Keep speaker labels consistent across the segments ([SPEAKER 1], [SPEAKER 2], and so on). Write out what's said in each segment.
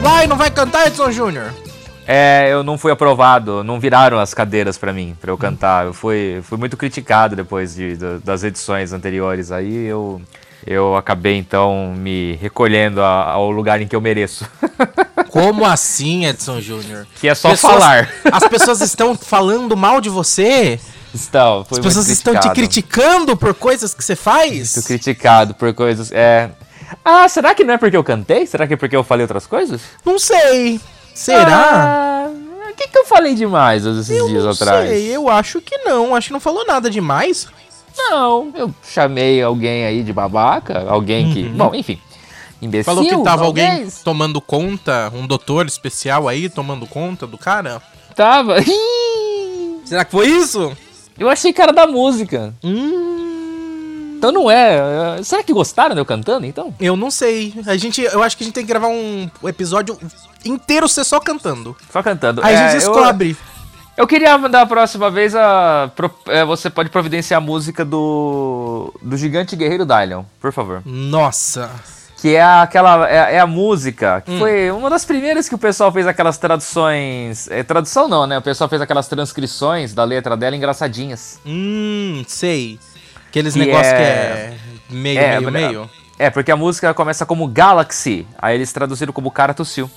[SPEAKER 1] Vai, não vai cantar, Edson Júnior?
[SPEAKER 2] É, eu não fui aprovado, não viraram as cadeiras pra mim, pra eu cantar. Eu fui, fui muito criticado depois de- da- das edições anteriores aí, eu, eu acabei então me recolhendo a- ao lugar em que eu mereço,
[SPEAKER 1] Como assim, Edson Júnior?
[SPEAKER 2] que é só
[SPEAKER 1] Pessoas-
[SPEAKER 2] falar.
[SPEAKER 1] As pessoas estão falando mal de você?
[SPEAKER 2] Então, fui
[SPEAKER 1] As pessoas
[SPEAKER 2] muito
[SPEAKER 1] estão te
[SPEAKER 2] criticado.
[SPEAKER 1] criticando por coisas que você
[SPEAKER 2] Muito
[SPEAKER 1] faz?
[SPEAKER 2] criticado por coisas. É. Ah, será que não é porque eu cantei? Será que é porque eu falei outras coisas?
[SPEAKER 1] Não sei. Será?
[SPEAKER 2] Ah, O que, que eu falei demais esses
[SPEAKER 1] eu
[SPEAKER 2] dias
[SPEAKER 1] não
[SPEAKER 2] atrás?
[SPEAKER 1] sei, eu acho que não. Acho que não falou nada demais.
[SPEAKER 2] Não, eu chamei alguém aí de babaca, alguém que. Bom, enfim. Imbecil.
[SPEAKER 1] Falou que tava alguém
[SPEAKER 2] talvez.
[SPEAKER 1] tomando conta, um doutor especial aí tomando conta do cara.
[SPEAKER 2] Tava. Ih,
[SPEAKER 1] Será que foi isso?
[SPEAKER 2] Eu achei cara da música.
[SPEAKER 1] Hum.
[SPEAKER 2] Então não é. é, Será que gostaram de eu cantando então?
[SPEAKER 1] Eu não sei. A gente, eu acho que a gente tem que gravar um episódio inteiro ser só cantando.
[SPEAKER 2] Só cantando.
[SPEAKER 1] Aí a
[SPEAKER 2] É,
[SPEAKER 1] gente
[SPEAKER 2] eu-
[SPEAKER 1] descobre.
[SPEAKER 2] Eu, queria mandar a próxima vez a. pro- é, você pode providenciar a música do. Do Gigante Guerreiro Dylion, por favor.
[SPEAKER 1] Nossa.
[SPEAKER 2] Que é aquela. É, é a música.
[SPEAKER 1] Hum.
[SPEAKER 2] Que foi uma das primeiras que o pessoal fez aquelas traduções. é, tradução não, né? O pessoal fez aquelas transcrições da letra dela engraçadinhas.
[SPEAKER 1] Hum, sei. Aqueles
[SPEAKER 2] Que
[SPEAKER 1] negócios
[SPEAKER 2] é-
[SPEAKER 1] que é meio,
[SPEAKER 2] É,
[SPEAKER 1] meio,
[SPEAKER 2] mas-
[SPEAKER 1] meio.
[SPEAKER 2] É, porque a música começa como Galaxy. Aí eles traduziram como cara tossiu.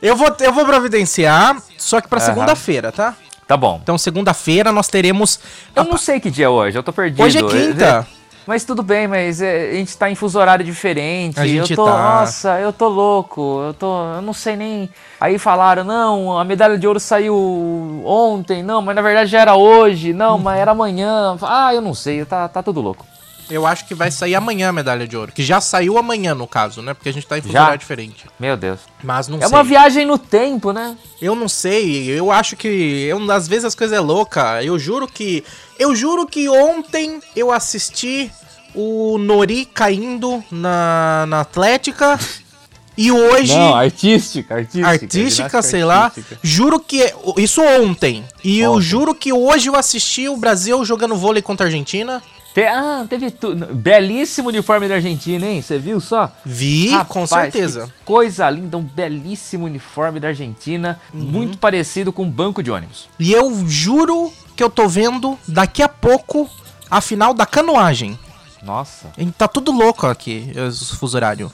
[SPEAKER 1] Eu vou, eu vou providenciar, só que pra
[SPEAKER 2] Aham.
[SPEAKER 1] segunda-feira, tá?
[SPEAKER 2] Tá bom.
[SPEAKER 1] Então, segunda-feira nós teremos.
[SPEAKER 2] Eu não sei né? que dia é hoje, eu tô perdido.
[SPEAKER 1] Hoje é quinta.
[SPEAKER 2] Mas tudo bem, mas é, a gente tá em fuso horário diferente.
[SPEAKER 1] A gente
[SPEAKER 2] eu tô,
[SPEAKER 1] tá.
[SPEAKER 2] nossa, eu tô louco. Eu tô, eu não sei nem. Aí falaram, não, a medalha de ouro saiu ontem, não, mas na verdade já era hoje, não, mas era amanhã. Ah, eu não sei, tá, tá tudo louco.
[SPEAKER 1] Eu acho que vai sair amanhã a medalha de ouro. Que já saiu amanhã, no caso, né? Porque a gente tá em
[SPEAKER 2] Já?
[SPEAKER 1] futurar diferente.
[SPEAKER 2] Meu Deus.
[SPEAKER 1] Mas não
[SPEAKER 2] é
[SPEAKER 1] sei.
[SPEAKER 2] uma viagem no tempo, né?
[SPEAKER 1] Eu não sei, eu acho que. Eu, às vezes as coisas é louca. Eu juro que. Eu juro que ontem eu assisti o Nori caindo na, na Atlética. E hoje.
[SPEAKER 2] artística, artística. é
[SPEAKER 1] Artística, sei lá. Juro que. é, Isso ontem. E eu
[SPEAKER 2] Ontem.
[SPEAKER 1] juro que hoje eu assisti o Brasil jogando vôlei contra a Argentina.
[SPEAKER 2] ah, teve tudo. Belíssimo uniforme da Argentina, hein? Você viu só?
[SPEAKER 1] Vi, com
[SPEAKER 2] Rapaz,
[SPEAKER 1] certeza.
[SPEAKER 2] que Coisa linda, um belíssimo uniforme da Argentina,
[SPEAKER 1] Uhum.
[SPEAKER 2] muito parecido com um banco de ônibus.
[SPEAKER 1] E eu juro que eu tô vendo daqui a pouco a final da canoagem.
[SPEAKER 2] Nossa.
[SPEAKER 1] E Tá tudo louco aqui, os fuso horário.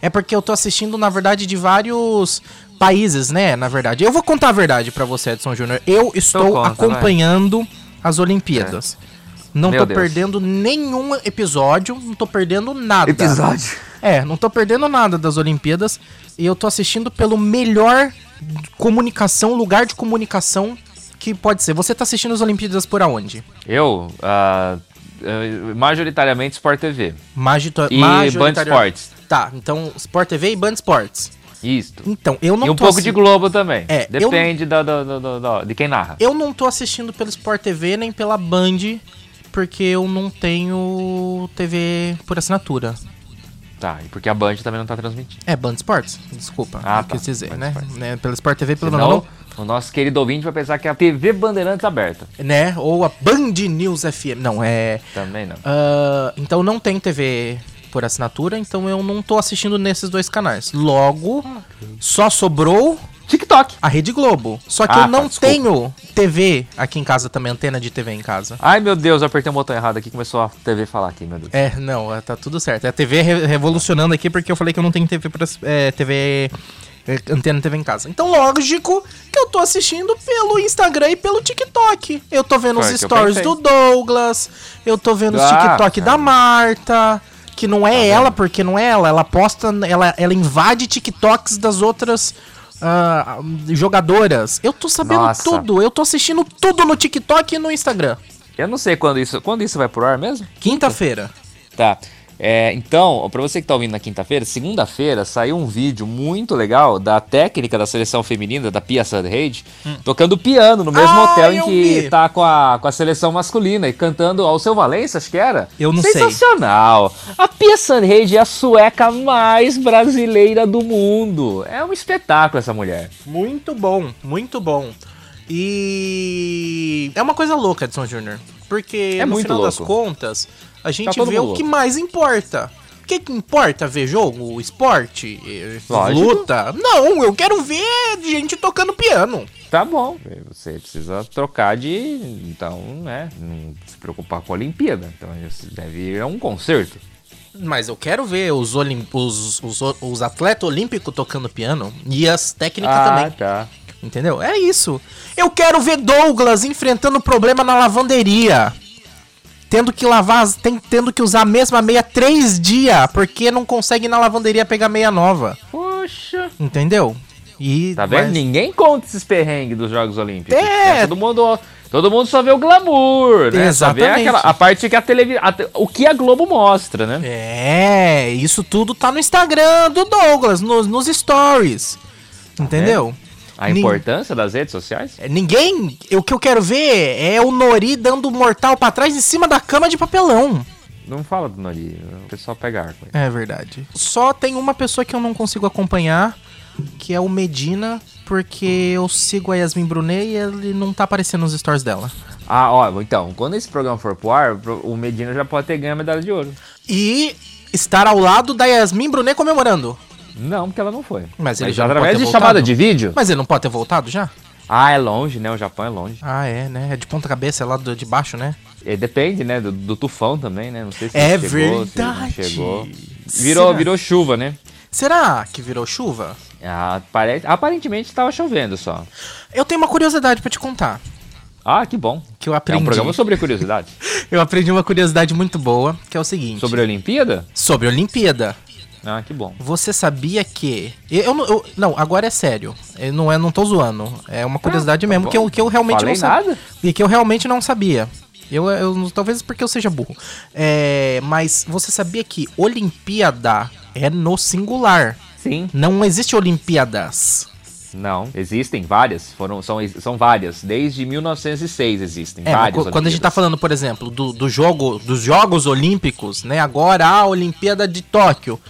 [SPEAKER 1] É porque eu tô assistindo, na verdade, de vários países, né? Na verdade. Eu vou contar a verdade pra você, Edson Júnior. Eu estou
[SPEAKER 2] Então conta, vai. É.
[SPEAKER 1] acompanhando as Olimpíadas. Não
[SPEAKER 2] Meu
[SPEAKER 1] tô
[SPEAKER 2] Deus.
[SPEAKER 1] perdendo nenhum episódio, não tô perdendo nada.
[SPEAKER 2] Episódio.
[SPEAKER 1] É, não tô perdendo nada das Olimpíadas. E eu tô assistindo pelo melhor comunicação, lugar de comunicação que pode ser. Você tá assistindo as Olimpíadas por aonde?
[SPEAKER 2] Eu, ah, eh, majoritariamente Sport TV
[SPEAKER 1] Magito-
[SPEAKER 2] e Band Sports.
[SPEAKER 1] Tá, então Sport TV e Band Sports.
[SPEAKER 2] Isto.
[SPEAKER 1] Então, eu não
[SPEAKER 2] e um
[SPEAKER 1] tô
[SPEAKER 2] pouco
[SPEAKER 1] assi-
[SPEAKER 2] de Globo também.
[SPEAKER 1] É, eu-
[SPEAKER 2] Depende da- da- da- da- da- de quem narra.
[SPEAKER 1] Eu não tô assistindo pelo Sport TV nem pela Band, porque eu não tenho TV por assinatura.
[SPEAKER 2] Tá, e porque a Band também não tá transmitindo.
[SPEAKER 1] É, Band Sports, desculpa.
[SPEAKER 2] Ah,
[SPEAKER 1] eu
[SPEAKER 2] tá,
[SPEAKER 1] quis dizer,
[SPEAKER 2] Band
[SPEAKER 1] né?
[SPEAKER 2] Sports.
[SPEAKER 1] né? Pelo Sport TV, pelo
[SPEAKER 2] Senão,
[SPEAKER 1] menos.
[SPEAKER 2] o nosso querido ouvinte vai pensar que é a TV Bandeirantes aberta.
[SPEAKER 1] Né? Ou a Band News FM. Não, é.
[SPEAKER 2] Também não.
[SPEAKER 1] ah, então não tem TV por assinatura, então eu não tô assistindo nesses dois canais. Logo, só sobrou
[SPEAKER 2] TikTok.
[SPEAKER 1] a Rede Globo. Só que
[SPEAKER 2] Ah,
[SPEAKER 1] eu não
[SPEAKER 2] tá, desculpa.
[SPEAKER 1] tenho TV aqui em casa também, antena de TV em casa.
[SPEAKER 2] Ai, meu Deus, eu apertei um botão errado aqui, começou a TV falar aqui, meu Deus.
[SPEAKER 1] É, não, é, tá tudo certo. É a TV re- revolucionando aqui porque eu falei que eu não tenho TV pra, é, TV é, antena TV em casa. Então, lógico que eu tô assistindo pelo Instagram e pelo TikTok. Eu tô vendo os
[SPEAKER 2] Foi o Ah, que eu
[SPEAKER 1] stories
[SPEAKER 2] pensei.
[SPEAKER 1] do Douglas, eu tô vendo os
[SPEAKER 2] Ah, Tá
[SPEAKER 1] TikTok da
[SPEAKER 2] cara.
[SPEAKER 1] Marta, que não é ela, porque não é ela, ela posta, ela, ela invade TikToks das outras ah, jogadoras. Eu tô sabendo
[SPEAKER 2] Nossa.
[SPEAKER 1] tudo, eu tô assistindo tudo no TikTok e no Instagram.
[SPEAKER 2] Eu não sei quando isso. Quando isso vai pro ar mesmo?
[SPEAKER 1] Quinta-feira.
[SPEAKER 2] Tá. É, então, para você que tá ouvindo na quinta-feira, segunda-feira saiu um vídeo muito legal da técnica da seleção feminina, da Pia Sandhage, tocando piano no mesmo
[SPEAKER 1] Hum. Ah,
[SPEAKER 2] hotel em
[SPEAKER 1] eu
[SPEAKER 2] que
[SPEAKER 1] vi.
[SPEAKER 2] tá com a, com a seleção masculina e cantando ao seu Valença, acho que era.
[SPEAKER 1] Eu não sei.
[SPEAKER 2] Sensacional. A Pia Sandhage é a sueca mais brasileira do mundo. É um espetáculo essa mulher.
[SPEAKER 1] Muito bom, muito bom. E é uma coisa louca, Edson Júnior. Porque
[SPEAKER 2] É
[SPEAKER 1] no
[SPEAKER 2] muito
[SPEAKER 1] final das
[SPEAKER 2] louco. Tá
[SPEAKER 1] contas, a gente
[SPEAKER 2] todo
[SPEAKER 1] vê
[SPEAKER 2] mundo
[SPEAKER 1] o que mais importa. O que, que importa ver jogo, esporte, eh,
[SPEAKER 2] Lógico.
[SPEAKER 1] luta? Não, eu quero ver gente tocando piano.
[SPEAKER 2] Tá bom. Você precisa trocar de. Então, né? Não se preocupar com a Olimpíada. Então, você deve ir a um concerto.
[SPEAKER 1] Mas eu quero ver os, olim... os, os, os atletas olímpicos tocando piano e as técnicas também.
[SPEAKER 2] tá.
[SPEAKER 1] Entendeu? É isso. Eu quero ver Douglas enfrentando problema na lavanderia. Tendo que lavar, as- tem, tendo que usar a mesma meia três dias, porque não consegue ir na lavanderia pegar meia nova.
[SPEAKER 2] Poxa.
[SPEAKER 1] Entendeu? E,
[SPEAKER 2] Tá vendo?
[SPEAKER 1] mas-
[SPEAKER 2] Ninguém conta esses perrengues dos Jogos Olímpicos.
[SPEAKER 1] É.
[SPEAKER 2] né? Todo mundo. Todo mundo só vê o glamour, né? Só vê
[SPEAKER 1] Exatamente.
[SPEAKER 2] aquela, a parte que a televisão. O que a Globo mostra, né?
[SPEAKER 1] É, isso tudo tá no Instagram do Douglas, nos, nos stories. Entendeu?
[SPEAKER 2] A
[SPEAKER 1] Nin-
[SPEAKER 2] importância das redes sociais?
[SPEAKER 1] É, Ninguém. O que eu quero ver é o Nori dando mortal pra trás em cima da cama de papelão.
[SPEAKER 2] Não fala do Nori, o pessoal pega arco.
[SPEAKER 1] É verdade. Só tem uma pessoa que eu não consigo acompanhar, que é o Medina, porque eu sigo a Yasmin Brunet e ele não tá aparecendo nos stories dela.
[SPEAKER 2] Ah, ó, então, quando esse programa for pro ar, o Medina já pode ter ganho a medalha de ouro.
[SPEAKER 1] E estar ao lado da Yasmin Brunet comemorando.
[SPEAKER 2] Não, porque ela não foi.
[SPEAKER 1] Mas ele já não
[SPEAKER 2] através
[SPEAKER 1] pode
[SPEAKER 2] de
[SPEAKER 1] ter
[SPEAKER 2] chamada
[SPEAKER 1] voltado?
[SPEAKER 2] de vídeo?
[SPEAKER 1] Mas ele não pode ter voltado já?
[SPEAKER 2] Ah, é longe, né? O Japão é longe.
[SPEAKER 1] Ah, é, né? É de ponta cabeça, é lá do- de baixo, né?
[SPEAKER 2] E depende, né? Do, do tufão também, né? Não sei se
[SPEAKER 1] É
[SPEAKER 2] chegou, se não
[SPEAKER 1] verdade.
[SPEAKER 2] chegou. Virou,
[SPEAKER 1] Será?
[SPEAKER 2] virou chuva, né?
[SPEAKER 1] Será que virou chuva?
[SPEAKER 2] Ah, pare- Aparentemente tava chovendo só.
[SPEAKER 1] Eu tenho uma curiosidade pra te contar.
[SPEAKER 2] Ah, que bom.
[SPEAKER 1] Que eu
[SPEAKER 2] É
[SPEAKER 1] aprendi.
[SPEAKER 2] um programa sobre curiosidade.
[SPEAKER 1] Eu aprendi uma curiosidade muito boa, que é o seguinte.
[SPEAKER 2] sobre a Olimpíada?
[SPEAKER 1] Sobre a Olimpíada.
[SPEAKER 2] Ah, que bom.
[SPEAKER 1] Você sabia que. Eu, eu não- eu- não, agora é sério. Eu não, é, não tô zoando. É uma curiosidade mesmo
[SPEAKER 2] Ah, tá bom.
[SPEAKER 1] que eu, que eu realmente
[SPEAKER 2] Falei
[SPEAKER 1] não sabia.
[SPEAKER 2] nada.
[SPEAKER 1] E que eu realmente não sabia. Eu, eu, não- talvez porque eu seja burro. É, mas você sabia que Olimpíada é no singular.
[SPEAKER 2] Sim.
[SPEAKER 1] Não existe Olimpíadas.
[SPEAKER 2] Não. Existem várias. Foram, são, são várias. Desde 1906 existem
[SPEAKER 1] É,
[SPEAKER 2] várias.
[SPEAKER 1] mas qu- quando a gente tá
[SPEAKER 2] Olimpíadas.
[SPEAKER 1] falando, por exemplo, do, do jogo, dos Jogos Olímpicos, né? Agora a Olimpíada de Tóquio.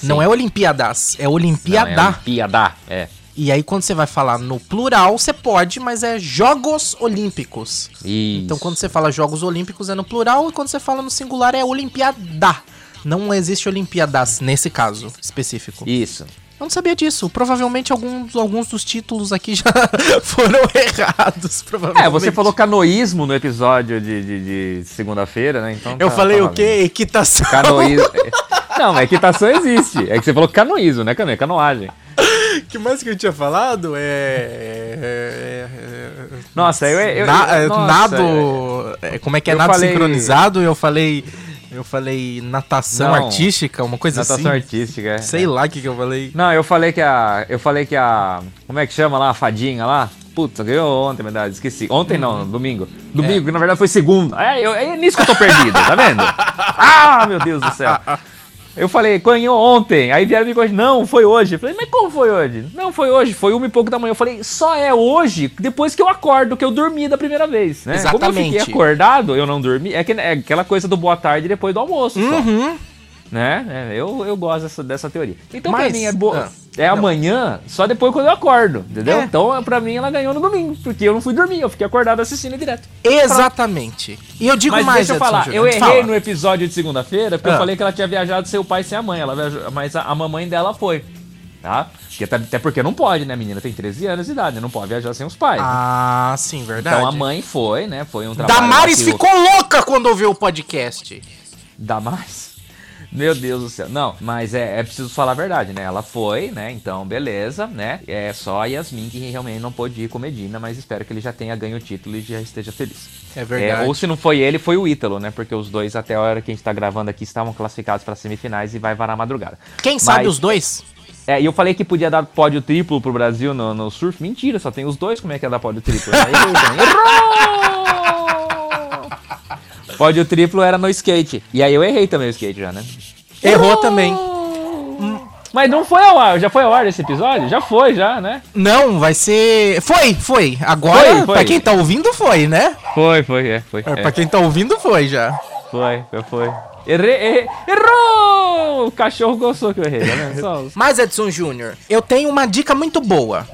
[SPEAKER 1] Não é Olimpíadas, é Olimpíada.
[SPEAKER 2] Não, é Olimpíada. É.
[SPEAKER 1] E aí, quando você vai falar no plural, você pode, mas é Jogos Olímpicos.
[SPEAKER 2] Isso.
[SPEAKER 1] Então, quando você fala Jogos Olímpicos, é no plural, e quando você fala no singular, é Olimpiada. Não existe Olimpíadas nesse caso específico.
[SPEAKER 2] Isso.
[SPEAKER 1] Eu não sabia disso. Provavelmente alguns, alguns dos títulos aqui já foram errados. Provavelmente.
[SPEAKER 2] É, você falou canoísmo no episódio de, de- de segunda-feira, né? Então
[SPEAKER 1] Eu
[SPEAKER 2] tá-
[SPEAKER 1] falei
[SPEAKER 2] tá
[SPEAKER 1] o quê? Equitação.
[SPEAKER 2] Canoísmo. Não, mas equitação existe. É que você falou canoísmo, né? Canoe, canoagem.
[SPEAKER 1] O que mais que eu tinha falado? É. é- é- é-
[SPEAKER 2] Nossa, eu. eu, eu
[SPEAKER 1] Na- é,
[SPEAKER 2] nossa, eu-
[SPEAKER 1] nado. é, como é que é
[SPEAKER 2] eu
[SPEAKER 1] nado
[SPEAKER 2] falei-
[SPEAKER 1] sincronizado? Eu falei. Eu falei natação
[SPEAKER 2] Não.
[SPEAKER 1] artística, uma coisa
[SPEAKER 2] Natação
[SPEAKER 1] assim.
[SPEAKER 2] artística. é.
[SPEAKER 1] Sei lá o que, que eu falei.
[SPEAKER 2] Não, eu falei que a. Eu falei que a. Como é que chama lá? A fadinha lá? Puta, ganhou ontem, é verdade, esqueci. Ontem não, domingo. Domingo, que na verdade foi segunda. É, eu- é nisso que eu tô perdido, tá vendo? Ah, meu Deus do céu. Eu falei, ganhou ontem. Aí vieram me corrigir, não, foi hoje. Eu falei, mas como foi hoje? Não, foi hoje, foi uma e pouco da manhã. Eu falei, só é hoje depois que eu acordo, que eu dormi da primeira vez, né? Como eu fiquei
[SPEAKER 1] Exatamente.
[SPEAKER 2] acordado, eu não dormi. É, que, é aquela coisa do boa tarde depois do almoço, só né? É, eu, eu gosto dessa, dessa teoria. Então, pra
[SPEAKER 1] Mas-
[SPEAKER 2] mim, é boa.
[SPEAKER 1] Ah,
[SPEAKER 2] É amanhã, só depois quando eu acordo, entendeu?
[SPEAKER 1] É.
[SPEAKER 2] Então, pra mim, ela ganhou no domingo, porque eu não fui dormir, eu fiquei acordado assistindo direto.
[SPEAKER 1] Exatamente. E eu digo
[SPEAKER 2] Mas
[SPEAKER 1] mais,
[SPEAKER 2] deixa eu
[SPEAKER 1] Edson
[SPEAKER 2] falar, eu
[SPEAKER 1] Júnior,
[SPEAKER 2] errei
[SPEAKER 1] fala.
[SPEAKER 2] no episódio de segunda-feira, porque
[SPEAKER 1] Ah.
[SPEAKER 2] eu falei que ela tinha viajado sem o pai e sem a mãe, ela viajou- mas a, a mamãe dela foi, tá? Porque até, até porque não pode, né? A menina tem 13 anos de idade, né? não pode viajar sem os pais. né?
[SPEAKER 1] Ah, sim, verdade.
[SPEAKER 2] Então a mãe foi, né? Foi um trabalho.
[SPEAKER 1] Damares
[SPEAKER 2] lá que o-
[SPEAKER 1] ficou louca quando ouviu o podcast.
[SPEAKER 2] Dá mais? Meu Deus do céu. Não, mas é, é preciso falar a verdade, né? Ela foi, né? Então, beleza, né? É só a Yasmin que realmente não pôde ir com o Medina, mas espero que ele já tenha ganho o título e já esteja feliz.
[SPEAKER 1] É verdade.
[SPEAKER 2] É, ou se não foi ele, foi o Ítalo, né? Porque os dois, até a hora que a gente tá gravando aqui, estavam classificados para semifinais e vai varar a madrugada.
[SPEAKER 1] Quem sabe
[SPEAKER 2] Mas-
[SPEAKER 1] os dois?
[SPEAKER 2] É, e eu falei que podia dar pódio triplo pro Brasil no, no surf. Mentira, só tem os dois. Como é que ia dar pódio triplo? Aí, então, errou! Pódio triplo era no skate. E aí eu errei também o skate já, né?
[SPEAKER 1] Errou também.
[SPEAKER 3] Mas não foi ao ar, já foi ao ar esse episódio? Já foi, já, né?
[SPEAKER 1] Não, vai ser. Foi, foi. Agora,
[SPEAKER 3] Foi, foi.
[SPEAKER 1] pra quem tá ouvindo, foi, né?
[SPEAKER 3] Foi, foi, é, foi.
[SPEAKER 1] É, Pra quem tá ouvindo, foi já.
[SPEAKER 3] Foi, foi, foi. Errei, errei. Errou! O cachorro gostou que eu errei, tá vendo? Só os-
[SPEAKER 1] Mas, Edson Júnior, eu tenho uma dica muito boa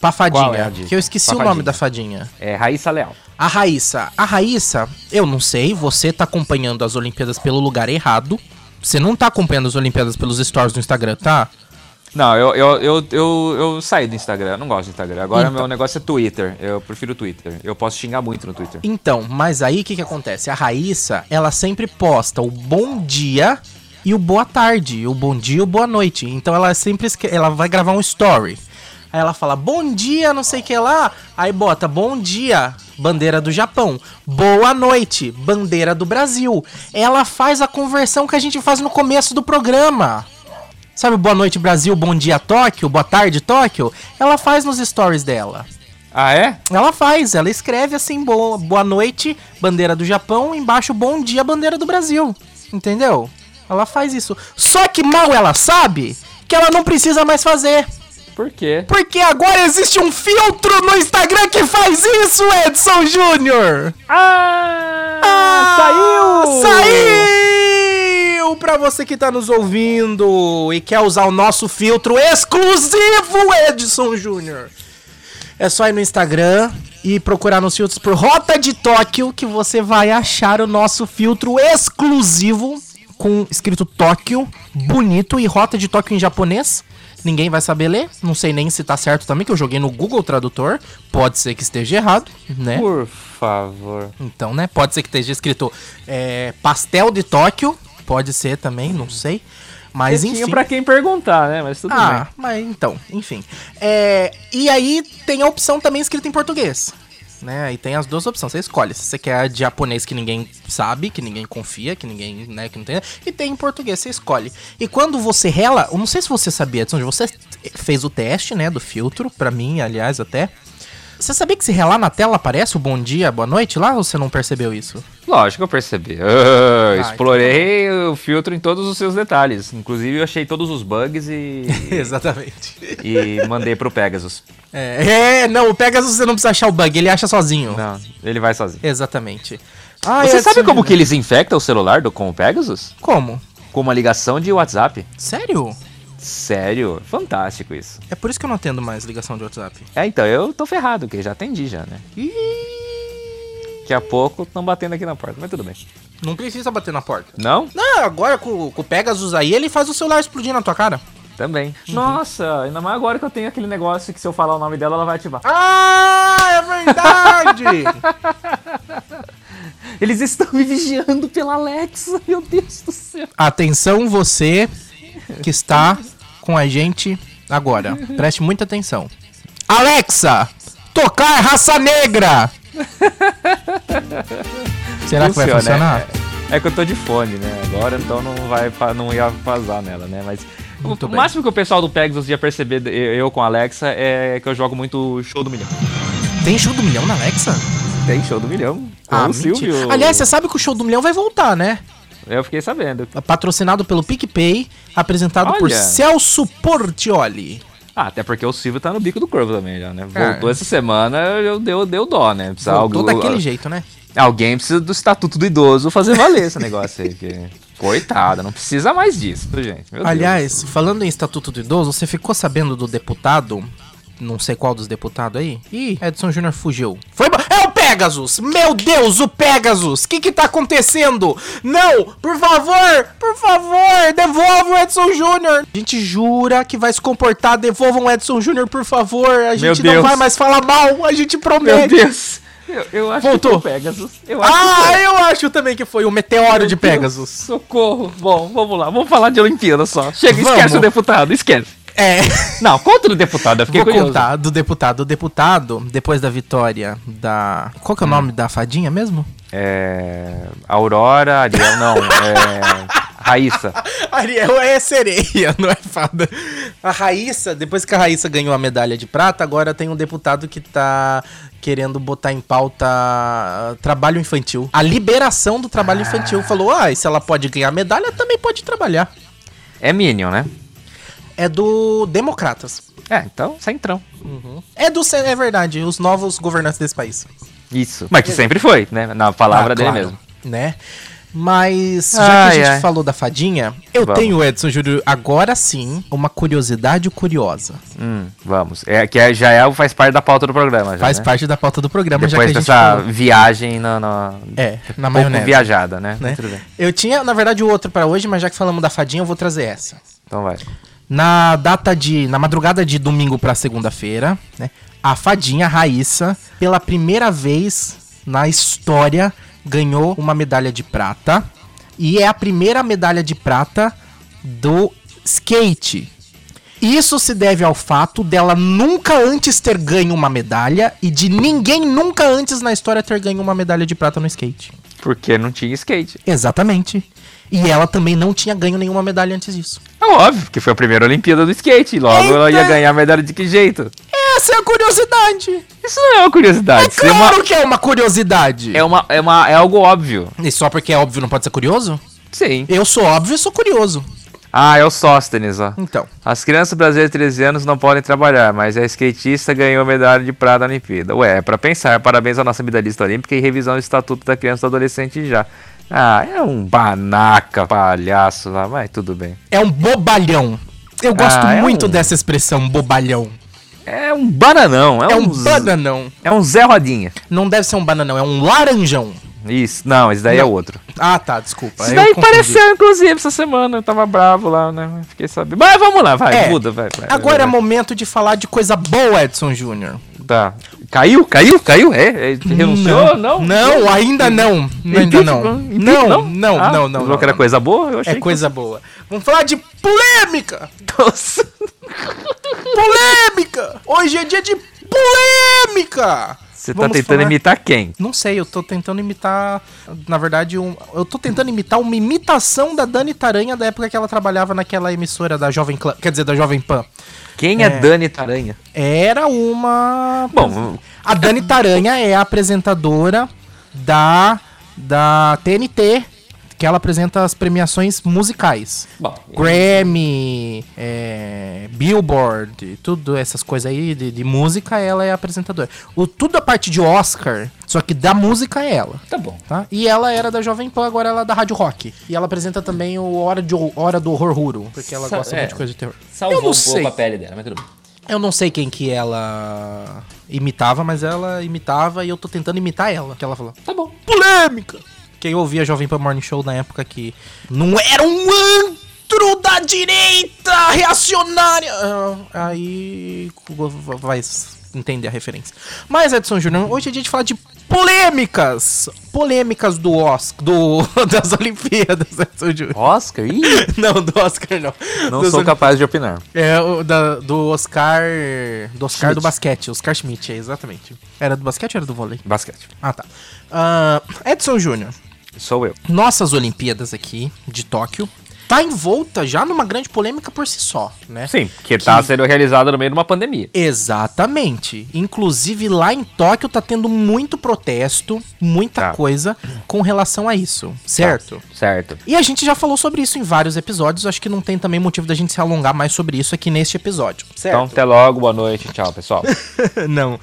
[SPEAKER 1] pra
[SPEAKER 2] Qual é
[SPEAKER 1] fadinha.
[SPEAKER 2] a dica?
[SPEAKER 1] que eu esqueci
[SPEAKER 2] Pra
[SPEAKER 1] o nome
[SPEAKER 2] fadinha.
[SPEAKER 1] da fadinha.
[SPEAKER 2] É Raíssa Leal.
[SPEAKER 1] A Raíssa. A Raíssa, eu não sei, você tá acompanhando as Olimpíadas pelo lugar errado. Você não tá acompanhando as Olimpíadas pelos stories do Instagram, tá?
[SPEAKER 2] Não, eu, eu, eu, eu, eu saí do Instagram, eu não gosto do Instagram. Agora
[SPEAKER 1] Então.
[SPEAKER 2] meu negócio é Twitter. Eu prefiro o Twitter. Eu posso xingar muito no Twitter.
[SPEAKER 1] Então, mas aí o que, que acontece? A Raíssa, ela sempre posta o bom dia e o boa tarde, o bom dia e o boa noite. Então ela sempre esque- ela vai gravar um story. Aí ela fala bom dia, não sei o que lá. Aí bota bom dia, bandeira do Japão. Boa noite, bandeira do Brasil. Ela faz a conversão que a gente faz no começo do programa. Sabe, boa noite Brasil, bom dia Tóquio, boa tarde Tóquio? Ela faz nos stories dela.
[SPEAKER 2] Ah, é?
[SPEAKER 1] Ela faz, ela escreve assim, boa, boa noite, bandeira do Japão, embaixo bom dia, bandeira do Brasil. Entendeu? Ela faz isso. Só que mal ela sabe que ela não precisa mais fazer.
[SPEAKER 3] Por quê?
[SPEAKER 1] Porque agora existe um filtro no Instagram que faz isso, Edson Júnior! Ah,
[SPEAKER 3] Ah! saiu!
[SPEAKER 1] Saiu! Pra você que tá nos ouvindo e quer usar o nosso filtro exclusivo, Edson Júnior. É só ir no Instagram e procurar nos filtros por Rota de Tóquio que você vai achar o nosso filtro exclusivo com escrito Tóquio, bonito e Rota de Tóquio em japonês. Ninguém vai saber ler, não sei nem se tá certo também, que eu joguei no Google Tradutor. Pode ser que esteja errado, né?
[SPEAKER 2] Por favor.
[SPEAKER 1] Então, né? Pode ser que esteja escrito é, pastel de Tóquio. Pode ser também, não sei. Mas
[SPEAKER 3] Tinha
[SPEAKER 1] enfim.
[SPEAKER 3] pra quem perguntar, né? Mas tudo
[SPEAKER 1] Ah,
[SPEAKER 3] bem.
[SPEAKER 1] mas então, enfim. É, e aí tem a opção também escrita em português. Né? Aí tem as duas opções, você escolhe. Se você quer a de japonês que ninguém sabe, que ninguém confia, que ninguém, né, que não tem. E tem em português, você escolhe. E quando você rela, eu não sei se você sabia, Edson, você fez o teste, né, do filtro, pra mim, aliás, até. Você sabia que se relar na tela aparece o bom dia, boa noite lá ou você não percebeu isso?
[SPEAKER 2] Lógico que eu percebi. Ah,
[SPEAKER 1] então
[SPEAKER 2] explorei o filtro em todos os seus detalhes. Inclusive, eu achei todos os bugs e,
[SPEAKER 1] Exatamente.
[SPEAKER 2] e mandei pro Pegasus.
[SPEAKER 1] É, é, não, o Pegasus você não precisa achar o bug, ele acha sozinho.
[SPEAKER 2] Não, ele vai sozinho.
[SPEAKER 1] Exatamente. Ah,
[SPEAKER 2] Você
[SPEAKER 1] Edson,
[SPEAKER 2] sabe como que eles infectam o celular do, com o Pegasus?
[SPEAKER 1] Como?
[SPEAKER 2] Com uma ligação de WhatsApp.
[SPEAKER 1] Sério?
[SPEAKER 2] Sério? Fantástico isso.
[SPEAKER 1] É por isso que eu não atendo mais ligação de WhatsApp.
[SPEAKER 2] É, então, eu tô ferrado, que já atendi já, né? Daqui a pouco estão batendo aqui na porta, mas tudo bem.
[SPEAKER 1] Não precisa bater na porta.
[SPEAKER 2] Não?
[SPEAKER 1] Não, agora com, com o Pegasus aí, ele faz o celular explodir na tua cara.
[SPEAKER 2] Também.
[SPEAKER 1] Uhum.
[SPEAKER 3] Nossa, ainda mais agora que eu tenho aquele negócio que se eu falar o nome dela, ela vai ativar.
[SPEAKER 1] Ah, é verdade!
[SPEAKER 3] Eles estão me vigiando pela Alexa, meu Deus do céu.
[SPEAKER 1] Atenção você que está com a gente agora. Preste muita atenção. Alexa, tocar Raça Negra! Será que vai
[SPEAKER 2] Funciona,
[SPEAKER 1] funcionar?
[SPEAKER 2] É, é que eu tô de fone, né? Agora então não vai pa- não ia vazar nela, né? Mas
[SPEAKER 1] Muito
[SPEAKER 2] o, o
[SPEAKER 1] bem.
[SPEAKER 2] máximo que o pessoal do Pegasus ia perceber de- eu eu com a Alexa é que eu jogo muito show do milhão.
[SPEAKER 1] Tem show do milhão na Alexa?
[SPEAKER 2] Tem show do milhão. Com o
[SPEAKER 1] Ah, mentira.
[SPEAKER 2] Silvio.
[SPEAKER 1] Aliás, você sabe que o show do milhão vai voltar, né?
[SPEAKER 2] eu fiquei sabendo.
[SPEAKER 1] patrocinado pelo PicPay, apresentado por
[SPEAKER 2] Olha.
[SPEAKER 1] Celso Portioli.
[SPEAKER 2] Ah, até porque o Silvio tá no bico do corvo também já, né? Voltou
[SPEAKER 1] É.
[SPEAKER 2] essa semana, eu deu, deu dó, né? Precisa
[SPEAKER 1] Voltou
[SPEAKER 2] algo-
[SPEAKER 1] daquele
[SPEAKER 2] al-
[SPEAKER 1] jeito, né?
[SPEAKER 2] Alguém precisa do estatuto do idoso fazer valer esse negócio aí. Que... Coitada, não precisa mais disso, gente. Meu Deus.
[SPEAKER 1] Aliás, falando em Estatuto do Idoso, você ficou sabendo do deputado? Não sei qual dos deputados aí. Ih, Edson Júnior fugiu. Foi embora. É o Pegasus! Meu Deus, o Pegasus! O que que tá acontecendo? Não! Por favor! Por favor! Devolva o Edson Júnior! A gente jura que vai se comportar. Devolvam o Edson Júnior, por favor! A gente não
[SPEAKER 2] Deus.
[SPEAKER 1] vai mais falar mal! A gente promete!
[SPEAKER 2] Meu Deus. Eu, eu acho
[SPEAKER 1] é- Voltou.
[SPEAKER 2] que foi o Pegasus. Eu acho que foi.
[SPEAKER 1] Ah, eu acho também que foi o meteoro de Pegasus.
[SPEAKER 2] Socorro. Bom, vamos lá. Vamos falar de Olimpíada só. Chega,
[SPEAKER 1] Vamos.
[SPEAKER 2] esquece o deputado, esquece.
[SPEAKER 1] É.
[SPEAKER 2] Não, conta do deputado, eu fiquei
[SPEAKER 1] Vou
[SPEAKER 2] curioso.
[SPEAKER 1] contar do deputado. O deputado, depois da vitória da. Qual que é o nome da fadinha mesmo?
[SPEAKER 2] É... Aurora, Ariel, não. É... Raíssa.
[SPEAKER 1] Ariel é sereia, não é fada. A Raíssa, depois que a Raíssa ganhou a medalha de prata, agora tem um deputado que tá querendo botar em pauta ah, trabalho "Ah, infantil. A liberação do trabalho infantil. Falou, ah, e se ela pode ganhar medalha, também pode trabalhar.
[SPEAKER 2] É Minion, né?
[SPEAKER 1] É do Democratas.
[SPEAKER 2] É, então, centrão.
[SPEAKER 1] É do. Cen- É verdade, os novos governantes desse país.
[SPEAKER 2] Isso. Mas que sempre foi, né? Na palavra
[SPEAKER 1] Ah,
[SPEAKER 2] dele
[SPEAKER 1] claro,
[SPEAKER 2] mesmo.
[SPEAKER 1] Né? Mas, já
[SPEAKER 2] Ai,
[SPEAKER 1] que a gente
[SPEAKER 2] ai.
[SPEAKER 1] falou da fadinha, eu
[SPEAKER 2] Vamos.
[SPEAKER 1] tenho, Edson Júlio, agora sim, uma curiosidade curiosa.
[SPEAKER 2] Hum, vamos. É, que é- já é, faz parte da pauta do programa. Já,
[SPEAKER 1] Faz
[SPEAKER 2] né?
[SPEAKER 1] parte da pauta do programa, já
[SPEAKER 2] Depois
[SPEAKER 1] que a gente
[SPEAKER 2] dessa
[SPEAKER 1] falou.
[SPEAKER 2] viagem na, na...
[SPEAKER 1] É, na
[SPEAKER 2] pouco
[SPEAKER 1] maionese.
[SPEAKER 2] viajada, né?
[SPEAKER 1] né?
[SPEAKER 2] Tudo bem.
[SPEAKER 1] Eu tinha, na verdade, o outro pra hoje, mas já que falamos da fadinha, eu vou trazer essa.
[SPEAKER 2] Então vai.
[SPEAKER 1] Na data de. Na madrugada de domingo pra segunda-feira, né? A fadinha Raíssa, pela primeira vez na história, ganhou uma medalha de prata. E é a primeira medalha de prata do skate. Isso se deve ao fato dela nunca antes ter ganho uma medalha e de ninguém nunca antes na história ter ganho uma medalha de prata no skate.
[SPEAKER 2] Porque não tinha skate.
[SPEAKER 1] Exatamente. E ela também não tinha ganho nenhuma medalha antes disso.
[SPEAKER 2] É óbvio que foi a primeira Olimpíada do skate. Logo ela ia
[SPEAKER 1] Eita!
[SPEAKER 2] ganhar a medalha de que jeito?
[SPEAKER 1] Essa é a curiosidade.
[SPEAKER 2] Isso não é uma curiosidade.
[SPEAKER 1] É
[SPEAKER 2] isso é, uma,
[SPEAKER 1] claro que é uma curiosidade.
[SPEAKER 2] é, uma, é, uma, é algo óbvio.
[SPEAKER 1] E só porque é óbvio não pode ser curioso?
[SPEAKER 2] Sim.
[SPEAKER 1] Eu sou óbvio e sou curioso.
[SPEAKER 2] Ah, é o Sóstenes, ó.
[SPEAKER 1] Então.
[SPEAKER 2] As crianças brasileiras de 13 anos não podem trabalhar, mas a skatista ganhou medalha de prata na Olimpíada. Ué, é pra pensar. Parabéns à nossa medalhista olímpica e revisão do Estatuto da Criança e do Adolescente já. Ah, é um banaca, palhaço lá, mas tudo bem.
[SPEAKER 1] É um bobalhão. Eu gosto
[SPEAKER 2] Ah, é
[SPEAKER 1] muito
[SPEAKER 2] um-
[SPEAKER 1] dessa expressão, bobalhão.
[SPEAKER 2] É um bananão, é,
[SPEAKER 1] É,
[SPEAKER 2] um,
[SPEAKER 1] um
[SPEAKER 2] z-
[SPEAKER 1] bananão.
[SPEAKER 2] É um Zé Rodinha.
[SPEAKER 1] Não deve ser um bananão, é um laranjão.
[SPEAKER 2] Isso, não, esse daí é
[SPEAKER 1] Não.
[SPEAKER 2] outro.
[SPEAKER 1] Ah, tá, desculpa.
[SPEAKER 2] Isso
[SPEAKER 1] eu
[SPEAKER 2] daí
[SPEAKER 1] confundi.
[SPEAKER 2] pareceu, inclusive, essa semana. Eu tava bravo lá, né? Fiquei sabendo. Mas vamos lá, vai,
[SPEAKER 1] É.
[SPEAKER 2] muda, vai. vai
[SPEAKER 1] Agora é
[SPEAKER 2] vai,
[SPEAKER 1] momento de falar de coisa boa, Edson Júnior.
[SPEAKER 2] vai. Tá. Caiu, caiu, caiu? É? é renunciou? Não?
[SPEAKER 1] Não, ainda não. Ainda não.
[SPEAKER 2] Impeachment?
[SPEAKER 1] Não, não,
[SPEAKER 2] Impeachment?
[SPEAKER 1] não,
[SPEAKER 2] Ah,
[SPEAKER 1] não.
[SPEAKER 2] você
[SPEAKER 1] não,
[SPEAKER 2] falou que era
[SPEAKER 1] não.
[SPEAKER 2] coisa boa? Eu achei
[SPEAKER 1] É coisa boa. Vamos falar de polêmica!
[SPEAKER 2] que... Nossa.
[SPEAKER 1] Polêmica! Hoje é dia de polêmica!
[SPEAKER 2] Você tá
[SPEAKER 1] Vamos
[SPEAKER 2] tentando
[SPEAKER 1] falar-
[SPEAKER 2] imitar quem?
[SPEAKER 1] Não sei, eu tô tentando imitar. Na verdade, um, eu tô tentando imitar uma imitação da Dani Taranha da época que ela trabalhava naquela emissora da Jovem Clã. Quer dizer, da Jovem Pan.
[SPEAKER 2] Quem é, Dani Taranha?
[SPEAKER 1] Era uma.
[SPEAKER 2] Bom,
[SPEAKER 1] A Dani Taranha é a apresentadora da, da TNT, que ela apresenta as premiações musicais.
[SPEAKER 2] Bom,
[SPEAKER 1] Grammy, é, Billboard, tudo essas coisas aí de, de música, ela é a apresentadora. O, tudo a parte de Oscar, só que da música é ela.
[SPEAKER 2] tá bom.
[SPEAKER 1] Tá? E ela era da Jovem Pan, agora ela é da Rádio Rock. E ela apresenta também o Hora, de, Hora do Horror Huro, porque ela
[SPEAKER 2] Sa-
[SPEAKER 1] gosta
[SPEAKER 2] é.
[SPEAKER 1] muito de coisa de terror.
[SPEAKER 2] Salvou um
[SPEAKER 1] Eu não sei.
[SPEAKER 2] pele dela, mas tudo bem.
[SPEAKER 1] Eu não sei quem que ela imitava, mas ela imitava e eu tô tentando imitar ela. Que ela falou.
[SPEAKER 2] Tá bom.
[SPEAKER 1] Polêmica! Quem ouvia Jovem Pan Morning Show na época que não era um antro da direita reacionária. Ah, Aí vai entender a referência. Mas, Edson Júnior, hoje é dia de falar de polêmicas. Polêmicas do Oscar, do, das Olimpíadas, Edson Júnior.
[SPEAKER 2] Oscar? Ih,
[SPEAKER 1] Não, do Oscar não.
[SPEAKER 2] não
[SPEAKER 1] Das
[SPEAKER 2] sou capaz de opinar.
[SPEAKER 1] é, o da- do Oscar. Do Oscar
[SPEAKER 2] Schmidt.
[SPEAKER 1] do basquete, Oscar Schmidt, é, exatamente. Era do basquete ou era do vôlei?
[SPEAKER 2] Basquete.
[SPEAKER 1] Ah, tá. Ah, Edson Júnior,
[SPEAKER 2] Sou eu.
[SPEAKER 1] nossas Olimpíadas aqui de Tóquio tá envolta já numa grande polêmica por si só, né?
[SPEAKER 2] Sim, que, tá sendo realizado no meio de uma pandemia.
[SPEAKER 1] Exatamente. Inclusive lá em Tóquio tá tendo muito protesto, muita
[SPEAKER 2] Tá.
[SPEAKER 1] coisa com relação a isso, certo?
[SPEAKER 2] Certo.
[SPEAKER 1] E a gente já falou sobre isso em vários episódios, acho que não tem também motivo da gente se alongar mais sobre isso aqui neste episódio, certo?
[SPEAKER 2] Então, até logo, boa noite, tchau, pessoal.
[SPEAKER 1] Não.